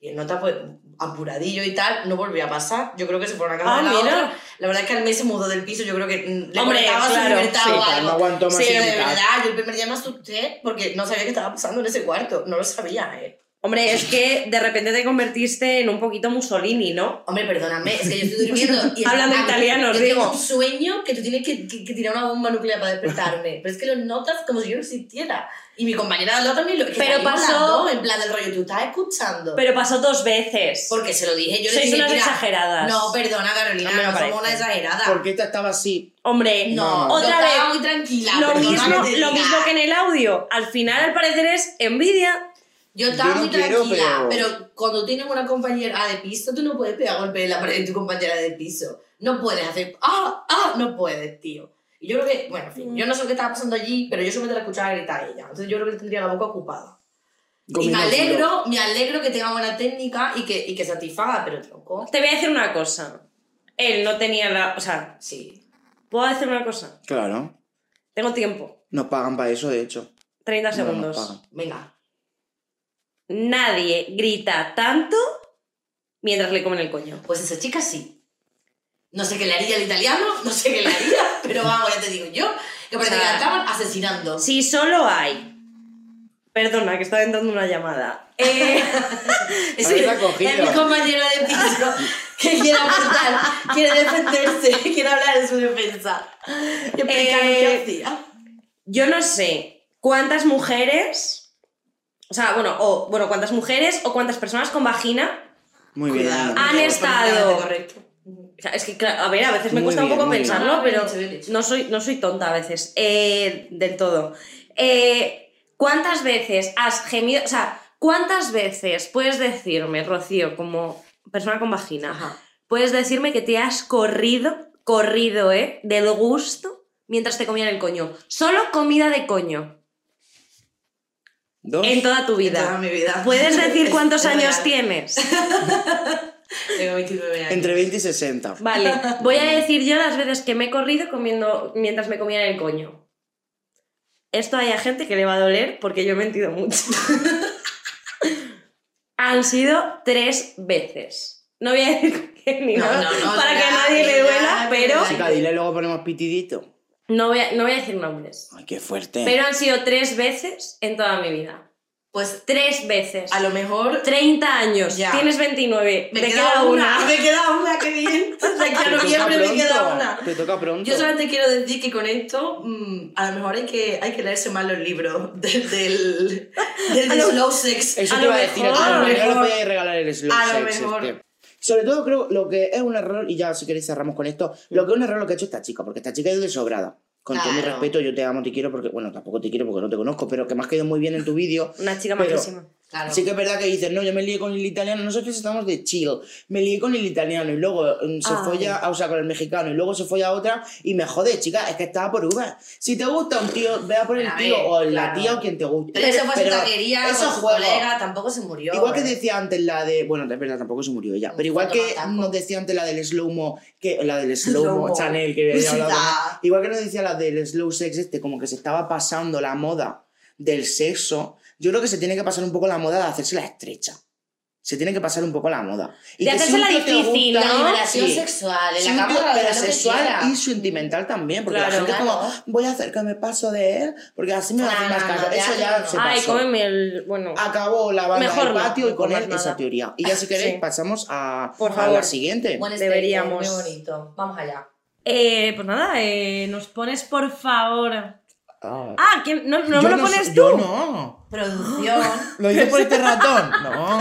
Speaker 1: Y el nota pues apuradillo y tal, no volvió a pasar. Yo creo que se fue a una casa
Speaker 2: Ah,
Speaker 1: a la
Speaker 2: mira.
Speaker 1: otra. La verdad es que al mes se mudó del piso, yo creo que mm, le
Speaker 2: Hombre,
Speaker 1: cortaba su
Speaker 2: claro,
Speaker 1: libertad
Speaker 3: sí,
Speaker 1: o
Speaker 3: pero
Speaker 1: algo.
Speaker 3: no aguantó más
Speaker 1: Sí,
Speaker 3: sin
Speaker 1: de
Speaker 3: mitad.
Speaker 1: verdad, yo el primer día me asusté porque no sabía qué estaba pasando en ese cuarto, no lo sabía, eh.
Speaker 2: Hombre, es que de repente te convertiste en un poquito Mussolini, ¿no?
Speaker 1: Hombre, perdóname, es que yo estoy durmiendo. Y
Speaker 2: Hablando
Speaker 1: a mí-
Speaker 2: italiano,
Speaker 1: yo
Speaker 2: digo.
Speaker 1: Tengo un sueño que tú tienes que, que- que tirar una bomba nuclear para despertarme. Pero es que lo notas como si yo no existiera. Y mi compañera de lado también lo. que
Speaker 2: Pero
Speaker 1: salimos las
Speaker 2: pasó-
Speaker 1: dos, En plan del rollo, tú estás escuchando.
Speaker 2: Pero pasó dos veces.
Speaker 1: porque se lo dije, yo le
Speaker 2: Sois
Speaker 1: dije.
Speaker 2: unas
Speaker 1: "Mira,
Speaker 2: exageradas".
Speaker 1: No, perdona, Carolina,
Speaker 2: No me lo
Speaker 1: no, somos
Speaker 2: parece.
Speaker 1: una exagerada.
Speaker 3: Porque esta estaba así.
Speaker 2: Hombre,
Speaker 1: No, yo
Speaker 2: otra
Speaker 1: estaba
Speaker 2: vez.
Speaker 1: muy tranquila.
Speaker 2: Lo
Speaker 1: perdona
Speaker 2: mismo,
Speaker 1: que te
Speaker 2: lo
Speaker 1: diga.
Speaker 2: mismo que en el audio. Al final, al parecer, es envidia.
Speaker 1: Yo estaba
Speaker 3: Yo no
Speaker 1: muy
Speaker 3: quiero,
Speaker 1: tranquila,
Speaker 3: pero-
Speaker 1: pero... cuando tienes una compañera de piso, tú no puedes pegar golpe en la pared de tu compañera de piso. No puedes hacer, ah, ah, no puedes, tío. Y yo creo que, bueno, en fin, yo no sé qué estaba pasando allí, pero yo solamente la escuchaba gritar a ella. Entonces yo creo que tendría la boca ocupada. Y me
Speaker 3: comiendo culo.
Speaker 1: alegro, me alegro que tenga buena técnica y que, y que satisfaga, pero tronco,
Speaker 2: Te voy a decir una cosa. Él no tenía la. O sea,
Speaker 1: sí.
Speaker 2: ¿puedo decir una cosa?
Speaker 3: Claro.
Speaker 2: Tengo tiempo.
Speaker 3: Nos pagan para eso, de hecho.
Speaker 2: 30
Speaker 3: No, nos
Speaker 2: segundos.
Speaker 3: pagan.
Speaker 1: Venga,
Speaker 2: Nadie grita tanto mientras le comen el coño.
Speaker 1: pues esa chica sí. No sé qué le haría el italiano, no sé qué le haría, pero vamos, ya te digo yo, que parece que
Speaker 2: sea,
Speaker 1: la estaban asesinando.
Speaker 2: Si solo hay. Perdona, que está entrando una llamada. Eh,
Speaker 3: A ver, la cogida.
Speaker 1: Es mi compañera de piso que quiere aportar, quiere defenderse, quiere hablar en su defensa. Y explicarme
Speaker 2: Eh,
Speaker 1: qué hacía.
Speaker 2: yo no sé cuántas mujeres. O sea, bueno, o bueno, cuántas mujeres o cuántas personas con vagina
Speaker 3: Muy bien.
Speaker 1: Cuidado. Ah,
Speaker 3: Ana.
Speaker 2: han
Speaker 1: Correctamente
Speaker 2: estado.
Speaker 1: correcto.
Speaker 2: O sea, es que, claro, a ver, a veces me
Speaker 3: Muy
Speaker 2: cuesta un
Speaker 3: bien,
Speaker 2: poco
Speaker 3: muy bien.
Speaker 2: pensarlo,
Speaker 1: Ah, bien
Speaker 2: pero
Speaker 1: hecho, bien hecho.
Speaker 2: no soy, no soy tonta a veces, eh, del todo. Eh, ¿Cuántas veces has gemido? O sea, ¿cuántas veces puedes decirme, Rocío, como persona con vagina,
Speaker 1: Ajá.
Speaker 2: puedes decirme que te has corrido, corrido, ¿eh? Del gusto mientras te comían el coño. Solo comida de coño
Speaker 3: Dos.
Speaker 2: en toda tu
Speaker 1: En toda
Speaker 2: vida.
Speaker 1: mi vida.
Speaker 2: ¿Puedes decir
Speaker 1: Es-
Speaker 2: cuántos
Speaker 1: es
Speaker 2: años
Speaker 1: real.
Speaker 2: tienes?
Speaker 1: Tengo 29 años.
Speaker 3: Entre 20 y 60.
Speaker 2: Vale, voy a decir yo las veces que me he corrido comiendo mientras me comían el coño. Esto hay a gente que le va a doler porque yo he mentido mucho. Han sido tres veces. No voy a decir qué ni
Speaker 1: No,
Speaker 2: nada
Speaker 1: no, no,
Speaker 2: para
Speaker 1: no, no,
Speaker 2: que a nadie
Speaker 1: no,
Speaker 2: le
Speaker 1: no,
Speaker 2: duela,
Speaker 1: no,
Speaker 2: pero
Speaker 1: no,
Speaker 3: Chica, dile luego ponemos pitidito.
Speaker 2: no voy, a, no voy a decir nombres.
Speaker 3: Ay, qué fuerte.
Speaker 2: Pero han sido tres veces en toda mi vida.
Speaker 1: Pues
Speaker 2: Tres veces.
Speaker 1: a lo mejor.
Speaker 2: 30 años.
Speaker 1: Ya.
Speaker 2: Tienes 29.
Speaker 1: Me
Speaker 2: te
Speaker 1: queda, una. Me queda una, qué bien. O sea, que
Speaker 3: Ah, Te
Speaker 1: a
Speaker 3: toca
Speaker 1: noviembre me queda
Speaker 3: pronto,
Speaker 1: una.
Speaker 3: Te toca pronto.
Speaker 1: Yo solamente quiero decir que con esto, mm, a lo mejor hay que, hay que leerse más los libros del, del, del de slow sex.
Speaker 3: Eso
Speaker 2: A
Speaker 3: te
Speaker 2: lo
Speaker 3: iba a decir.
Speaker 2: mejor,
Speaker 3: a lo
Speaker 2: a lo
Speaker 3: mejor
Speaker 2: mejor.
Speaker 3: voy a regalar el slow
Speaker 1: A lo
Speaker 3: sex
Speaker 1: mejor.
Speaker 3: este. Sobre todo creo lo que es un error, y ya si queréis cerramos con esto, lo que es un error lo que ha hecho esta chica, porque esta chica es de sobrada. Con todo mi
Speaker 1: Claro.
Speaker 3: respeto, yo te amo, te quiero, porque, bueno, tampoco te quiero porque no te conozco, pero que me has quedado muy bien en tu vídeo.
Speaker 2: Una chica
Speaker 3: Pero-
Speaker 2: majísima.
Speaker 1: Claro.
Speaker 3: Sí que es verdad que dices, no, yo me lié con el italiano, nosotros estamos de chill, me lié con el italiano y luego mm, se
Speaker 2: Ay.
Speaker 3: folla, a- o sea, con el mexicano y luego se folla a otra y me jode, chica, es que estaba por uvas. Si te gusta un tío, vea por el
Speaker 1: A
Speaker 3: tío
Speaker 1: ver,
Speaker 3: o la
Speaker 1: claro.
Speaker 3: tía o quien te guste.
Speaker 1: Pero eso fue su
Speaker 3: Pero
Speaker 1: taquería,
Speaker 3: eso
Speaker 1: con su
Speaker 3: juego.
Speaker 1: colega, tampoco se murió.
Speaker 3: Igual que
Speaker 1: eh.
Speaker 3: decía antes la de. Bueno, es verdad, tampoco se murió ella.
Speaker 1: Un
Speaker 3: Pero igual
Speaker 1: fondo
Speaker 3: que
Speaker 1: mataco.
Speaker 3: nos decía antes la del slow-mo. Que, la del slow-mo
Speaker 1: Slow-mo.
Speaker 3: Chanel, que había hablado.
Speaker 1: Ya.
Speaker 3: de- Igual que nos decía la del slow sex, este, como que se estaba pasando la moda del sexo. Yo creo que se tiene que pasar un poco la moda de hacerse la estrecha. Se tiene que pasar un poco la moda. Y
Speaker 2: De
Speaker 3: que si
Speaker 2: hacérsela
Speaker 3: un tío te
Speaker 2: difícil,
Speaker 1: La
Speaker 3: gusta-
Speaker 2: ¿no?
Speaker 1: liberación
Speaker 3: Sí.
Speaker 1: sexual, en
Speaker 3: Sí,
Speaker 1: la
Speaker 3: un tío-
Speaker 1: cámara
Speaker 3: pero sexual y sentimental también, porque la
Speaker 2: Claro,
Speaker 3: gente es
Speaker 1: claro.
Speaker 3: como, voy a hacer que me paso de él, porque así me va a hacer
Speaker 1: Ah,
Speaker 3: más caso.
Speaker 1: ya,
Speaker 3: Eso ya
Speaker 1: no.
Speaker 3: se pasó Ah.
Speaker 2: Ay, cómeme el. Bueno.
Speaker 3: acabó la banda
Speaker 2: Mejor
Speaker 3: del
Speaker 2: no,
Speaker 3: patio
Speaker 2: no
Speaker 3: y con
Speaker 2: pongas
Speaker 3: él
Speaker 2: nada.
Speaker 3: esa teoría. Y ya si queréis
Speaker 2: Sí.
Speaker 3: pasamos a,
Speaker 2: Por
Speaker 3: a la
Speaker 2: favor.
Speaker 3: siguiente.
Speaker 2: Deberíamos.
Speaker 1: Muy bonito. Vamos allá.
Speaker 2: Eh, pues nada, eh, nos pones por favor.
Speaker 3: Ah.
Speaker 2: Ah, ¿quién? ¿No, no
Speaker 3: Yo
Speaker 2: me lo pones
Speaker 3: sé-
Speaker 2: tú?
Speaker 3: Yo no.
Speaker 1: Producción.
Speaker 3: Lo hice por este ratón. No.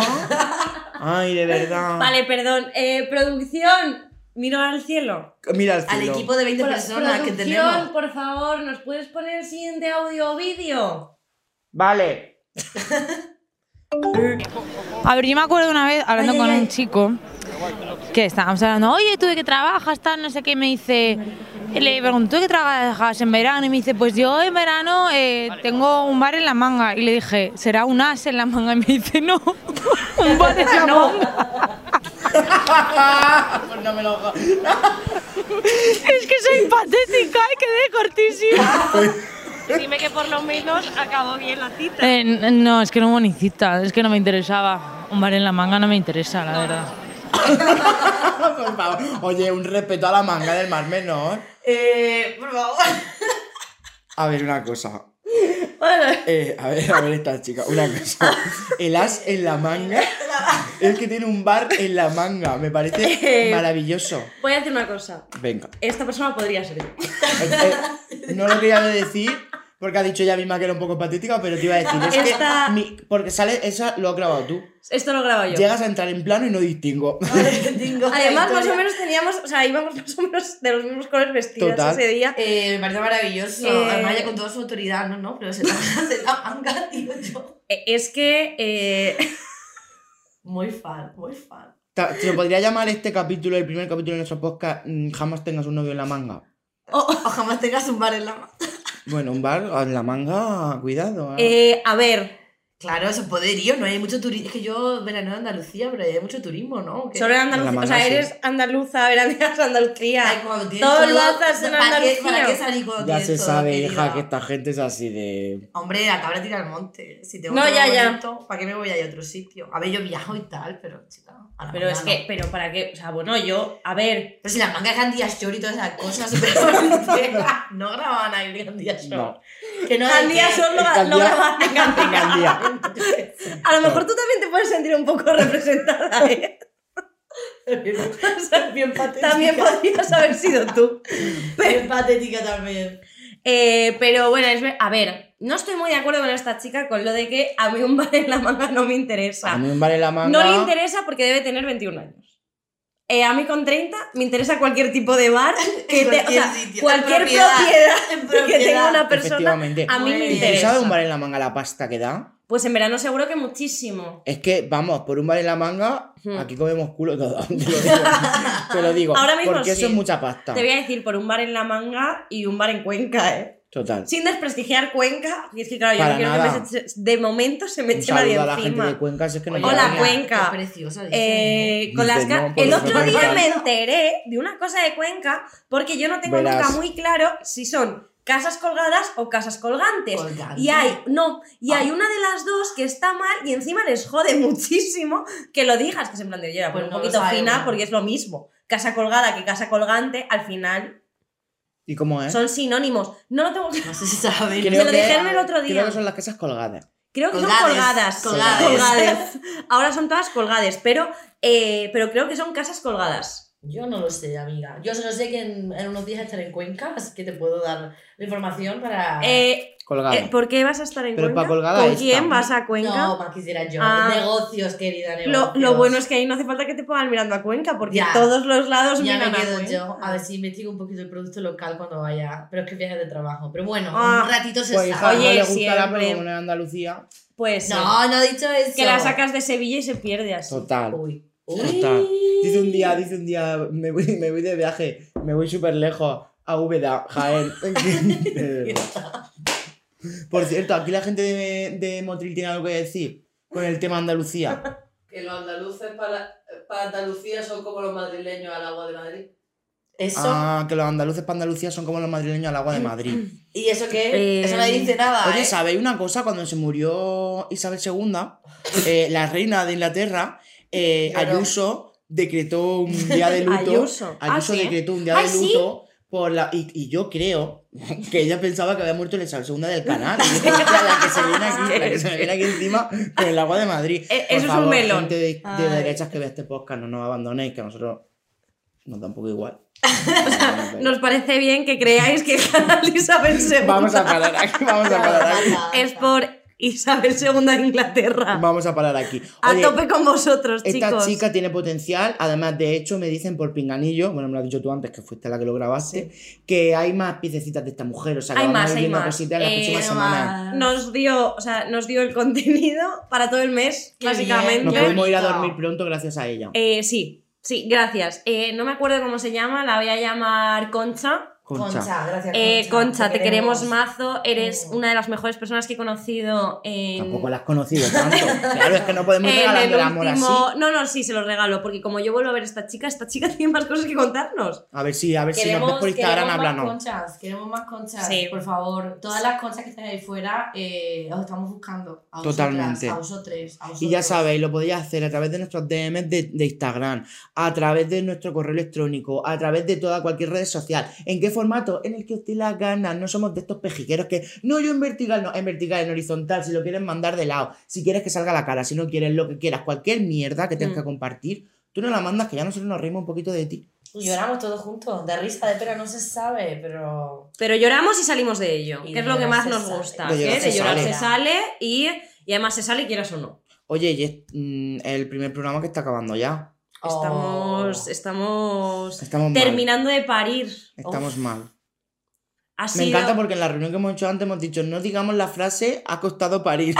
Speaker 3: Ay, de verdad.
Speaker 2: Vale, perdón. Eh, producción, Miro al cielo.
Speaker 3: Mira al
Speaker 1: Al
Speaker 3: cielo.
Speaker 1: equipo de 20
Speaker 2: Pro-
Speaker 1: personas que
Speaker 2: producción,
Speaker 1: tenemos.
Speaker 2: por favor, ¿nos puedes poner el siguiente audio o vídeo?
Speaker 3: Vale.
Speaker 9: A ver, yo me acuerdo una vez hablando
Speaker 2: Ay, ay,
Speaker 9: con
Speaker 2: ay.
Speaker 9: un chico que estábamos hablando, oye, ¿tú de qué trabajas? Tal, no sé qué, y me dice, le pregunto, ¿tú de qué trabajas en verano? Y me dice, pues yo en verano eh, tengo un bar en la manga. Y le dije, ¿será un as en la manga? Y me dice, no, un bar en la manga.
Speaker 3: Pues no me lo
Speaker 9: Es que soy patética y quedé cortísima.
Speaker 5: Dime que por lo menos acabó bien la cita.
Speaker 9: Eh, n- no, es que no bonicita, es que no me interesaba. Un bar en la manga no me interesa, la verdad.
Speaker 3: Por favor. Oye, un respeto a la manga del mar menor.
Speaker 1: Eh, por favor.
Speaker 3: A ver, una cosa.
Speaker 2: Bueno,
Speaker 3: Eh, a ver, a ver esta chica, una cosa. El as en la manga es que tiene un bar en la manga. Me parece
Speaker 2: Eh.
Speaker 3: maravilloso.
Speaker 2: voy a decir una cosa.
Speaker 3: Venga.
Speaker 2: Esta persona podría ser yo.
Speaker 3: Eh, eh, no lo quería decir porque ha dicho ella misma que era un poco patética, pero te iba a decir. Es
Speaker 2: Esta-
Speaker 3: que mi- porque sale, esa lo has grabado tú.
Speaker 2: Esto lo grabo yo.
Speaker 3: Llegas a entrar en plano y no distingo.
Speaker 2: Además, más o menos teníamos, o sea, íbamos más o menos de los mismos colores vestidas
Speaker 3: Total.
Speaker 2: ese día.
Speaker 1: Eh, me parece maravilloso.
Speaker 2: Eh.
Speaker 1: Además, ella con toda su autoridad, no, no, pero se la, se la manga, digo yo.
Speaker 2: Eh, Es que eh,
Speaker 1: Muy fan, muy fan.
Speaker 3: Ta- Se podría llamar este capítulo, el primer capítulo de nuestro podcast, mm, jamás tengas un novio en la manga.
Speaker 1: O, o jamás tengas un bar en la mano.
Speaker 3: Bueno, un bar ah, en la manga, cuidado. ¿eh?
Speaker 2: Eh, a ver,
Speaker 1: Claro, eso es poderío, no hay mucho turismo. Es que yo verano en Andalucía, pero ahí hay mucho turismo, ¿no?
Speaker 2: solo en
Speaker 3: En la
Speaker 2: Andalucía. O
Speaker 3: manga,
Speaker 2: sea,
Speaker 3: sí.
Speaker 2: eres andaluza, veraneas Andalucía.
Speaker 1: Todo
Speaker 2: Todo lo haces en Andalucía.
Speaker 1: ¿Para qué salir cuando
Speaker 3: ya
Speaker 1: tienes
Speaker 3: se
Speaker 1: todo,
Speaker 3: sabe,
Speaker 1: querida?
Speaker 3: hija, que esta gente es así de.
Speaker 1: Hombre, acaba de tirar al monte. Si tengo
Speaker 2: No,
Speaker 1: todo
Speaker 2: ya, ya.
Speaker 1: bonito, ¿Para qué me voy a ir a otro sitio? A ver, yo viajo y tal, pero chica. a Ah, la
Speaker 2: Pero es
Speaker 1: manga no.
Speaker 2: que, pero para qué, o sea, bueno, yo, a ver,
Speaker 1: Pero si las mangas Gandías Shore y todas esas cosas, súper bonitas. No grababan ahí en Gandías Shore.
Speaker 3: No.
Speaker 1: Que no hay
Speaker 2: Gandía
Speaker 1: que-
Speaker 2: solo
Speaker 3: es Gandía.
Speaker 2: lo grababa en Gandía.
Speaker 3: Gandía.
Speaker 2: A lo mejor tú también te puedes sentir un poco representada, ¿eh? O sea,
Speaker 1: Bien patética.
Speaker 2: también podrías haber sido tú.
Speaker 1: Bien patética también.
Speaker 2: Eh, pero bueno, es ver- a ver, no estoy muy de acuerdo con esta chica con lo de que a mí un bar en la manga no me interesa.
Speaker 3: A mí un bar en la manga.
Speaker 2: No le interesa porque debe tener 21 años. Eh, a mí con 30 me interesa cualquier tipo de bar, que te- o
Speaker 1: cualquier
Speaker 2: sea,
Speaker 1: sitio, en
Speaker 2: cualquier
Speaker 1: propiedad,
Speaker 2: propiedad,
Speaker 1: en
Speaker 2: que tenga
Speaker 1: propiedad,
Speaker 2: una persona.
Speaker 3: Efectivamente.
Speaker 2: A mí
Speaker 1: Muy
Speaker 2: me
Speaker 1: bien.
Speaker 3: ¿Tú sabes
Speaker 2: interesa.
Speaker 3: un bar en la manga la pasta que da?
Speaker 2: Pues en verano seguro que muchísimo.
Speaker 3: Es que, vamos, por un bar en la manga,
Speaker 2: Hmm.
Speaker 3: aquí comemos culo todo. Te lo digo. Te lo digo,
Speaker 2: Ahora mismo
Speaker 3: porque eso
Speaker 2: sí.
Speaker 3: es mucha pasta.
Speaker 2: Te voy a decir por un bar en la manga y un bar en Cuenca, ¿eh?
Speaker 3: Total.
Speaker 2: Sin desprestigiar Cuenca, y es que claro, yo
Speaker 3: Para
Speaker 2: no quiero
Speaker 3: nada.
Speaker 2: que me se- de momento se me
Speaker 3: Un
Speaker 2: eche nadie
Speaker 3: saludo a la gente de
Speaker 2: encima.
Speaker 3: Cuenca, si es que no
Speaker 2: Oye,
Speaker 3: me
Speaker 2: Hola,
Speaker 3: venía.
Speaker 2: Cuenca.
Speaker 1: Qué preciosa. dicen, ¿no?
Speaker 2: Eh, con
Speaker 3: Dice,
Speaker 2: las ca-
Speaker 3: no, por
Speaker 2: el
Speaker 3: lo
Speaker 2: otro
Speaker 3: menos.
Speaker 2: día me enteré de una cosa de Cuenca porque yo no tengo
Speaker 3: Verás.
Speaker 2: nunca muy claro si son casas colgadas o casas colgantes.
Speaker 1: Colgante.
Speaker 2: Y hay, no, y hay una de las dos que está mal y encima les jode muchísimo que lo digas, que es en plan de, oye,
Speaker 1: Pues
Speaker 2: un
Speaker 1: no lo
Speaker 2: poquito
Speaker 1: sabemos.
Speaker 2: fina porque es lo mismo. Casa colgada que casa colgante, al final
Speaker 3: ¿Y cómo es?
Speaker 2: son sinónimos. No lo tengo
Speaker 1: No sé si saben.
Speaker 3: Creo
Speaker 2: Me lo
Speaker 3: que-
Speaker 2: dijeron el otro día.
Speaker 3: Creo que son las casas colgadas.
Speaker 2: Creo que son
Speaker 1: Colgades,
Speaker 2: colgadas.
Speaker 1: colgades.
Speaker 2: Colgades. Ahora son todas colgades, pero, eh, pero creo que son casas colgadas.
Speaker 1: Yo no lo sé, amiga. Yo solo sé que en, en unos días estaré en Cuenca, así que te puedo dar la información para.
Speaker 2: Eh,
Speaker 3: Colgadas.
Speaker 2: eh, ¿Por qué vas a estar en
Speaker 3: Pero
Speaker 2: Cuenca?
Speaker 3: para colgada
Speaker 2: ¿Con
Speaker 3: esta.
Speaker 2: quién vas a Cuenca?
Speaker 1: No, más quisiera yo.
Speaker 2: Ah.
Speaker 1: Negocios, querida,
Speaker 2: lo,
Speaker 1: negocios.
Speaker 2: lo bueno es que ahí no hace falta que te pongan mirando a Cuenca, porque
Speaker 1: Ya.
Speaker 2: todos los lados
Speaker 1: Ya
Speaker 2: miran
Speaker 1: me
Speaker 2: a
Speaker 1: quedo
Speaker 2: Cuenca.
Speaker 1: yo. A ver si investigo un poquito el producto local cuando vaya. Pero es que viajes de trabajo. Pero bueno,
Speaker 2: Ah.
Speaker 1: un ratito se
Speaker 3: Pues hija,
Speaker 1: sabe.
Speaker 3: no le
Speaker 2: Oye,
Speaker 3: gustará, pero
Speaker 2: siempre.
Speaker 3: como no es Andalucía.
Speaker 2: Pues sí.
Speaker 1: no, no he dicho eso.
Speaker 2: que la sacas de Sevilla y se pierde así.
Speaker 3: Total.
Speaker 1: Uy.
Speaker 3: Total.
Speaker 1: Uy.
Speaker 3: Dice un día, dice un día, me voy, me voy de viaje, me voy súper lejos a Úbeda, Jaén. De verdad. Por cierto, aquí la gente de, de Motril tiene algo que decir con el tema Andalucía.
Speaker 10: Que los andaluces para, para Andalucía son como los madrileños al agua de Madrid.
Speaker 1: Eso.
Speaker 3: Ah, que los andaluces para Andalucía son como los madrileños al agua de Madrid.
Speaker 1: ¿Y eso qué?
Speaker 2: Eh,
Speaker 1: Eso nadie dice nada.
Speaker 3: Oye,
Speaker 1: ¿eh?
Speaker 3: ¿sabéis una cosa? Cuando se murió Isabel II, eh, la reina de Inglaterra, eh,
Speaker 1: Lloró.
Speaker 3: Ayuso decretó un día de luto.
Speaker 2: Ayuso. Ah,
Speaker 3: Ayuso
Speaker 2: ¿sí?
Speaker 3: decretó un día
Speaker 2: Ay,
Speaker 3: de
Speaker 2: ¿sí?
Speaker 3: luto por la. Y, y yo creo que ella pensaba que había muerto la Isabel II del canal. Y yo, "Hostia, la que se viene aquí, la que se me viene aquí encima con el agua de Madrid.
Speaker 2: Eh, eso
Speaker 3: Por
Speaker 2: es un
Speaker 3: favor,
Speaker 2: melón.
Speaker 3: gente de, de
Speaker 2: Ay.
Speaker 3: derechas que vea este podcast, no nos abandonéis, que a nosotros nos da un poco igual.
Speaker 2: Nos parece bien que creáis que el canal de Isabel II
Speaker 3: Vamos a parar aquí, vamos a parar aquí.
Speaker 2: es por Isabel II de Inglaterra.
Speaker 3: Vamos a parar aquí.
Speaker 2: A
Speaker 3: Oye,
Speaker 2: tope con vosotros,
Speaker 3: Esta
Speaker 2: chicos.
Speaker 3: chica tiene potencial, además de hecho me dicen por pinganillo, bueno me lo has dicho tú antes que fuiste la que lo grabaste, que hay más piececitas de esta mujer, o sea que
Speaker 2: hay
Speaker 3: vamos
Speaker 2: más,
Speaker 3: a ir
Speaker 2: hay
Speaker 3: viendo
Speaker 2: más.
Speaker 3: cositas en las
Speaker 2: Eh,
Speaker 3: próximas
Speaker 2: no
Speaker 3: semanas.
Speaker 2: más. nos dio, o sea, nos dio el contenido para todo el mes,
Speaker 1: Qué
Speaker 2: básicamente.
Speaker 3: Nos podemos ir a dormir pronto gracias a ella.
Speaker 2: Eh, sí, sí, gracias. Eh, no me acuerdo cómo se llama, la voy a llamar Concha.
Speaker 3: Concha. Concha,
Speaker 1: gracias,
Speaker 2: Eh,
Speaker 1: Concha,
Speaker 2: Concha,
Speaker 1: te
Speaker 2: te queremos
Speaker 1: queremos.
Speaker 2: mazo. Eres una de las mejores personas que he conocido en.
Speaker 3: Tampoco la has conocido tanto. claro, es que no podemos
Speaker 2: en
Speaker 3: regalar
Speaker 2: el
Speaker 3: el amor así.
Speaker 2: último- No, no, sí, se los regalo, porque como yo vuelvo a ver a esta chica, esta chica tiene más cosas que contarnos.
Speaker 3: A ver si, a ver si nos ves por Instagram,
Speaker 1: queremos más
Speaker 3: háblanos.
Speaker 1: conchas, queremos más conchas,
Speaker 2: Sí.
Speaker 1: por favor. Todas las conchas que estén ahí fuera, eh, os estamos buscando. A vosotras,
Speaker 3: Totalmente.
Speaker 1: a vosotros, a vosotros.
Speaker 3: Y ya sabéis, lo podéis hacer a través de nuestros DMs de, de Instagram, a través de nuestro correo electrónico, a través de toda cualquier red social. ¿En qué formato? En el que os dé las ganas. No somos de estos pejiqueros que, no, yo en vertical, no, en vertical, en horizontal, si lo quieres mandar de lado, si quieres que salga la cara, si no quieres lo que quieras, cualquier mierda que tengas
Speaker 2: Mm.
Speaker 3: que compartir, tú no la mandas, que ya nosotros nos reímos un poquito de ti.
Speaker 1: Y lloramos todos juntos, de risa, de pena, no se sabe, pero.
Speaker 2: Pero lloramos y salimos de ello,
Speaker 1: Y
Speaker 2: que es
Speaker 1: de
Speaker 2: lo que
Speaker 1: llorar
Speaker 2: más
Speaker 1: se
Speaker 2: nos
Speaker 1: sale.
Speaker 2: gusta.
Speaker 3: De
Speaker 2: ¿eh?
Speaker 3: llorar se
Speaker 2: De llorar
Speaker 3: sale.
Speaker 2: se sale y, y además se sale quieras o no.
Speaker 3: Oye, y es mm, el primer programa que está acabando ya.
Speaker 2: Estamos, estamos
Speaker 3: Oh. Estamos mal.
Speaker 2: terminando de parir.
Speaker 3: Estamos
Speaker 2: Uf,
Speaker 3: mal.
Speaker 2: ha
Speaker 3: Me
Speaker 2: sido-
Speaker 3: encanta porque en la reunión que hemos hecho antes hemos dicho, no digamos la frase, ha costado parir.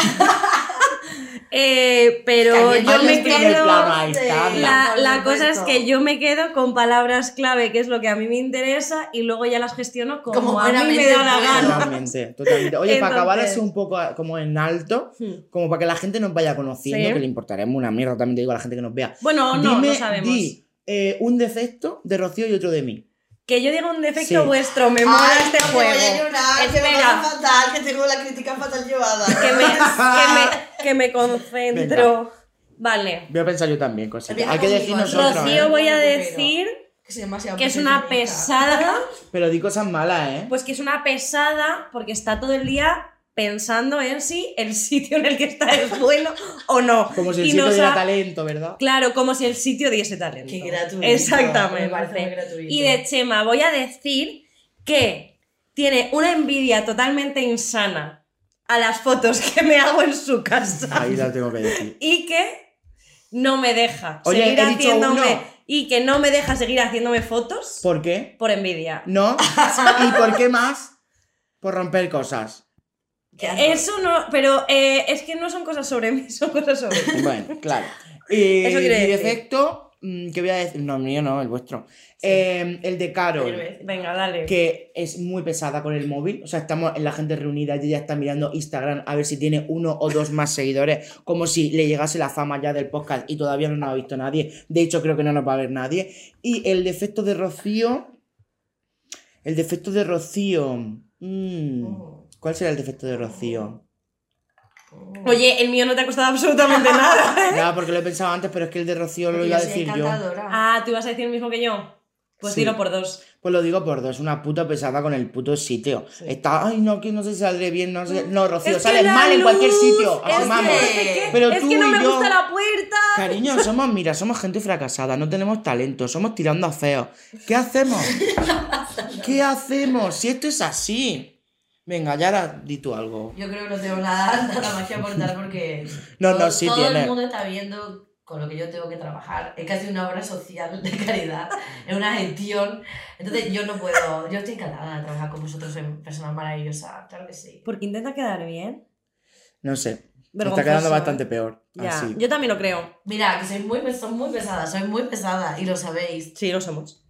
Speaker 2: Eh, pero
Speaker 1: También
Speaker 2: yo
Speaker 1: varios
Speaker 2: me
Speaker 3: tienen el
Speaker 2: quedo.
Speaker 3: plano ahí, está, habla.
Speaker 2: La,
Speaker 1: Por
Speaker 2: la cosa es
Speaker 1: supuesto.
Speaker 2: que yo me quedo con palabras clave, que es lo que a mí me interesa, y luego ya las gestiono como,
Speaker 1: Como
Speaker 2: a mí me
Speaker 1: buenamente
Speaker 2: da la
Speaker 1: puedo.
Speaker 2: gana.
Speaker 3: Totalmente, totalmente. Oye, para acabar
Speaker 2: Ah, Entonces-
Speaker 3: así un poco a- como en alto,
Speaker 2: Hmm.
Speaker 3: como para que la gente nos vaya conociendo,
Speaker 2: Sí.
Speaker 3: que le importaremos una mierda, también te digo a la gente que nos vea.
Speaker 2: Bueno, no,
Speaker 3: Dime,
Speaker 2: no sabemos.
Speaker 3: di, eh, un defecto de Rocío y otro de mí.
Speaker 2: Que yo diga un defecto
Speaker 3: Sí.
Speaker 2: vuestro, me
Speaker 10: Ay,
Speaker 2: mola este
Speaker 10: que voy a
Speaker 2: juego.
Speaker 10: llorar, que me
Speaker 2: Espera.
Speaker 10: pasa fatal, que tengo la crítica fatal llevada.
Speaker 2: Que me, que me, que me concentro. Vale.
Speaker 3: Voy a pensar yo también, cosita.
Speaker 10: Empieza
Speaker 3: Hay que
Speaker 10: conmigo,
Speaker 3: decir nosotros,
Speaker 2: Rocío,
Speaker 3: ¿eh?
Speaker 2: voy a
Speaker 1: No, pero-
Speaker 2: decir
Speaker 1: Que, soy demasiado
Speaker 2: que es una
Speaker 1: pesimista.
Speaker 2: pesada.
Speaker 3: Pero di cosas malas, ¿eh?
Speaker 2: Pues que es una pesada porque está todo el día pensando en si el sitio en el que está es bueno o no.
Speaker 3: Como si el
Speaker 2: Y
Speaker 3: sitio
Speaker 2: nos
Speaker 3: diera
Speaker 2: ha-
Speaker 3: talento, ¿verdad?
Speaker 2: Claro, como si el sitio diese talento.
Speaker 1: Qué gratuito. Me parece muy
Speaker 2: Exactamente.
Speaker 1: gratuito.
Speaker 2: Y de Chema voy a decir que tiene una envidia totalmente insana a las fotos que me hago en su casa
Speaker 3: Ahí la tengo que decir.
Speaker 2: y que no me deja
Speaker 3: Oye,
Speaker 2: seguir
Speaker 3: he dicho
Speaker 2: haciéndome
Speaker 3: uno.
Speaker 2: y que no me deja seguir haciéndome fotos
Speaker 3: ¿Por qué?
Speaker 2: por envidia.
Speaker 3: ¿No? ¿Y por qué más? Por romper cosas.
Speaker 2: Eso no, pero eh, es que no son cosas sobre mí, son cosas sobre mí.
Speaker 3: Bueno, claro. Y
Speaker 2: Eso quiere
Speaker 3: mi
Speaker 2: decir.
Speaker 3: defecto, mm, que voy a decir, no, mío no, el vuestro. Eh, el de Carol,
Speaker 2: Venga, dale.
Speaker 3: que es muy pesada con el móvil. O sea, estamos en la gente reunida y ella está mirando Instagram a ver si tiene uno o dos más seguidores, como si le llegase la fama ya del podcast y todavía no nos ha visto nadie. De hecho, creo que no nos va a ver nadie. Y el defecto de Rocío. El defecto de Rocío. mm,
Speaker 1: Oh.
Speaker 3: ¿Cuál será el defecto de Rocío?
Speaker 2: Oye, el mío no te ha costado absolutamente nada.
Speaker 3: Ya, porque lo he pensado antes, pero es que el de Rocío lo
Speaker 1: ¿Eh? Porque
Speaker 3: iba a
Speaker 1: yo soy
Speaker 3: decir yo.
Speaker 1: encantadora.
Speaker 2: Ah, ¿tú ibas a decir el mismo que yo? Pues
Speaker 3: Sí.
Speaker 2: tiro por dos.
Speaker 3: Pues lo digo por dos, una puta pesada con el puto sitio. Está, ay, no, que no se saldré bien, no sé. No, Rocío,
Speaker 2: Es que
Speaker 3: sales
Speaker 2: la
Speaker 3: mal en
Speaker 2: luz,
Speaker 3: cualquier sitio.
Speaker 2: es que
Speaker 3: Asomamos.
Speaker 2: no sé qué,
Speaker 3: Pero
Speaker 2: es
Speaker 3: tú
Speaker 2: que no
Speaker 3: y
Speaker 2: me
Speaker 3: yo-
Speaker 2: gusta la puerta.
Speaker 3: Cariño, somos, mira, somos gente fracasada, no tenemos talento, somos tirando a feos. ¿Qué hacemos? ¿Qué hacemos? Si esto es así. Venga, Yara, di tú algo.
Speaker 1: Yo creo que no tengo nada, nada más que aportar porque.
Speaker 3: No, no,
Speaker 1: todo-
Speaker 3: sí
Speaker 1: Todo
Speaker 3: tiene.
Speaker 1: el mundo está viendo con lo que yo tengo que trabajar. Es casi una obra social de caridad. es una gestión. Entonces yo no puedo. Yo estoy encantada de trabajar con vosotros en personas maravillosas. Claro que sí.
Speaker 2: Porque intenta quedar bien.
Speaker 3: No sé. Me está
Speaker 2: Vergonzoso,
Speaker 3: quedando
Speaker 2: ¿eh?
Speaker 3: bastante peor.
Speaker 2: Ya,
Speaker 3: Así.
Speaker 2: yo también lo creo.
Speaker 1: Mira, que sois muy, pes- son muy pesadas, sois muy pesadas y lo sabéis.
Speaker 2: Sí, lo somos.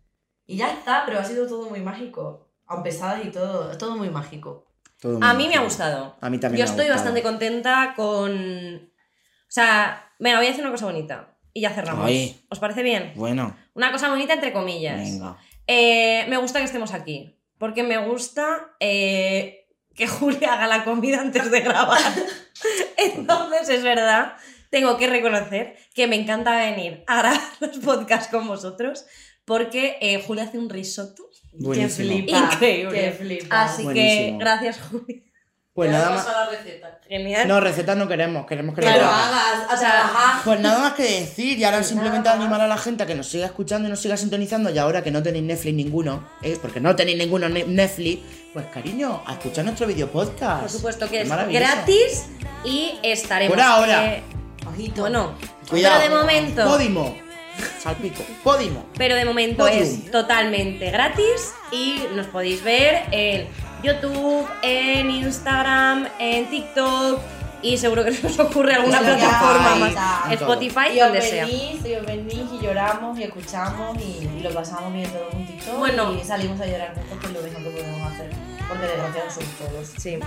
Speaker 1: Y ya está, pero ha sido todo muy mágico. Aun pesadas y todo, es todo muy mágico.
Speaker 3: Todo
Speaker 2: A
Speaker 3: muy
Speaker 2: mí me ha
Speaker 3: bien.
Speaker 2: gustado.
Speaker 3: A mí también
Speaker 2: Yo
Speaker 3: me ha
Speaker 2: estoy
Speaker 3: gustado.
Speaker 2: bastante contenta con... O sea, venga, voy a hacer una cosa bonita. Y ya cerramos.
Speaker 3: Ay.
Speaker 2: ¿Os parece bien?
Speaker 3: Bueno,
Speaker 2: Una cosa bonita entre comillas.
Speaker 3: venga.
Speaker 2: Eh, me gusta que estemos aquí. Porque me gusta eh, que Julia haga la comida antes de grabar. Entonces, es verdad, tengo que reconocer que me encanta venir a grabar los podcasts con vosotros. Porque eh, Julia hace un risotto.
Speaker 3: Buenísimo.
Speaker 1: Qué flipa.
Speaker 2: Increíble. Ah,
Speaker 1: Qué flipa.
Speaker 2: Así
Speaker 3: Buenísimo.
Speaker 2: que gracias, Julia.
Speaker 3: Pues nada más.
Speaker 10: Pasa la receta.
Speaker 2: Genial.
Speaker 3: No, recetas no queremos, queremos que
Speaker 10: Que
Speaker 3: lo
Speaker 10: lo
Speaker 2: ah,
Speaker 3: hagas.
Speaker 10: hagas, a trabajar.
Speaker 3: Pues nada más que decir, y
Speaker 2: Pues
Speaker 3: ahora simplemente animar a la gente a que nos siga escuchando y nos siga sintonizando. Y ahora que no tenéis Netflix ninguno, eh, porque no tenéis ninguno ne- Netflix, pues cariño, a escuchar nuestro video podcast.
Speaker 2: Por supuesto que es
Speaker 3: maravilloso.
Speaker 2: gratis y estaremos.
Speaker 3: Por ahora.
Speaker 2: eh, Bueno,
Speaker 3: Cuidado.
Speaker 2: pero de momento.
Speaker 3: Podimo. Salpico. Podimo.
Speaker 2: Pero de momento
Speaker 3: Podium.
Speaker 2: es totalmente gratis y nos podéis ver en YouTube, en Instagram, en TikTok y seguro que se os ocurre alguna
Speaker 1: Spotify,
Speaker 2: plataforma más.
Speaker 1: tal.
Speaker 2: Spotify,
Speaker 1: y os
Speaker 2: donde sea.
Speaker 1: venís, y os venís, y lloramos, y escuchamos, y, y lo pasamos bien todos juntitos.
Speaker 2: Bueno.
Speaker 1: y salimos a llorar juntos, que es lo mejor que podemos hacer. Porque desgraciados somos todos.
Speaker 2: Sí.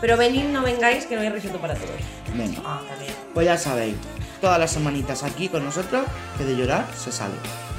Speaker 2: Pero venid, no vengáis, que no hay receto para todos.
Speaker 3: Venga.
Speaker 2: Ah,
Speaker 1: también.
Speaker 3: Pues ya sabéis, todas las semanitas aquí con nosotros, que de llorar se sale.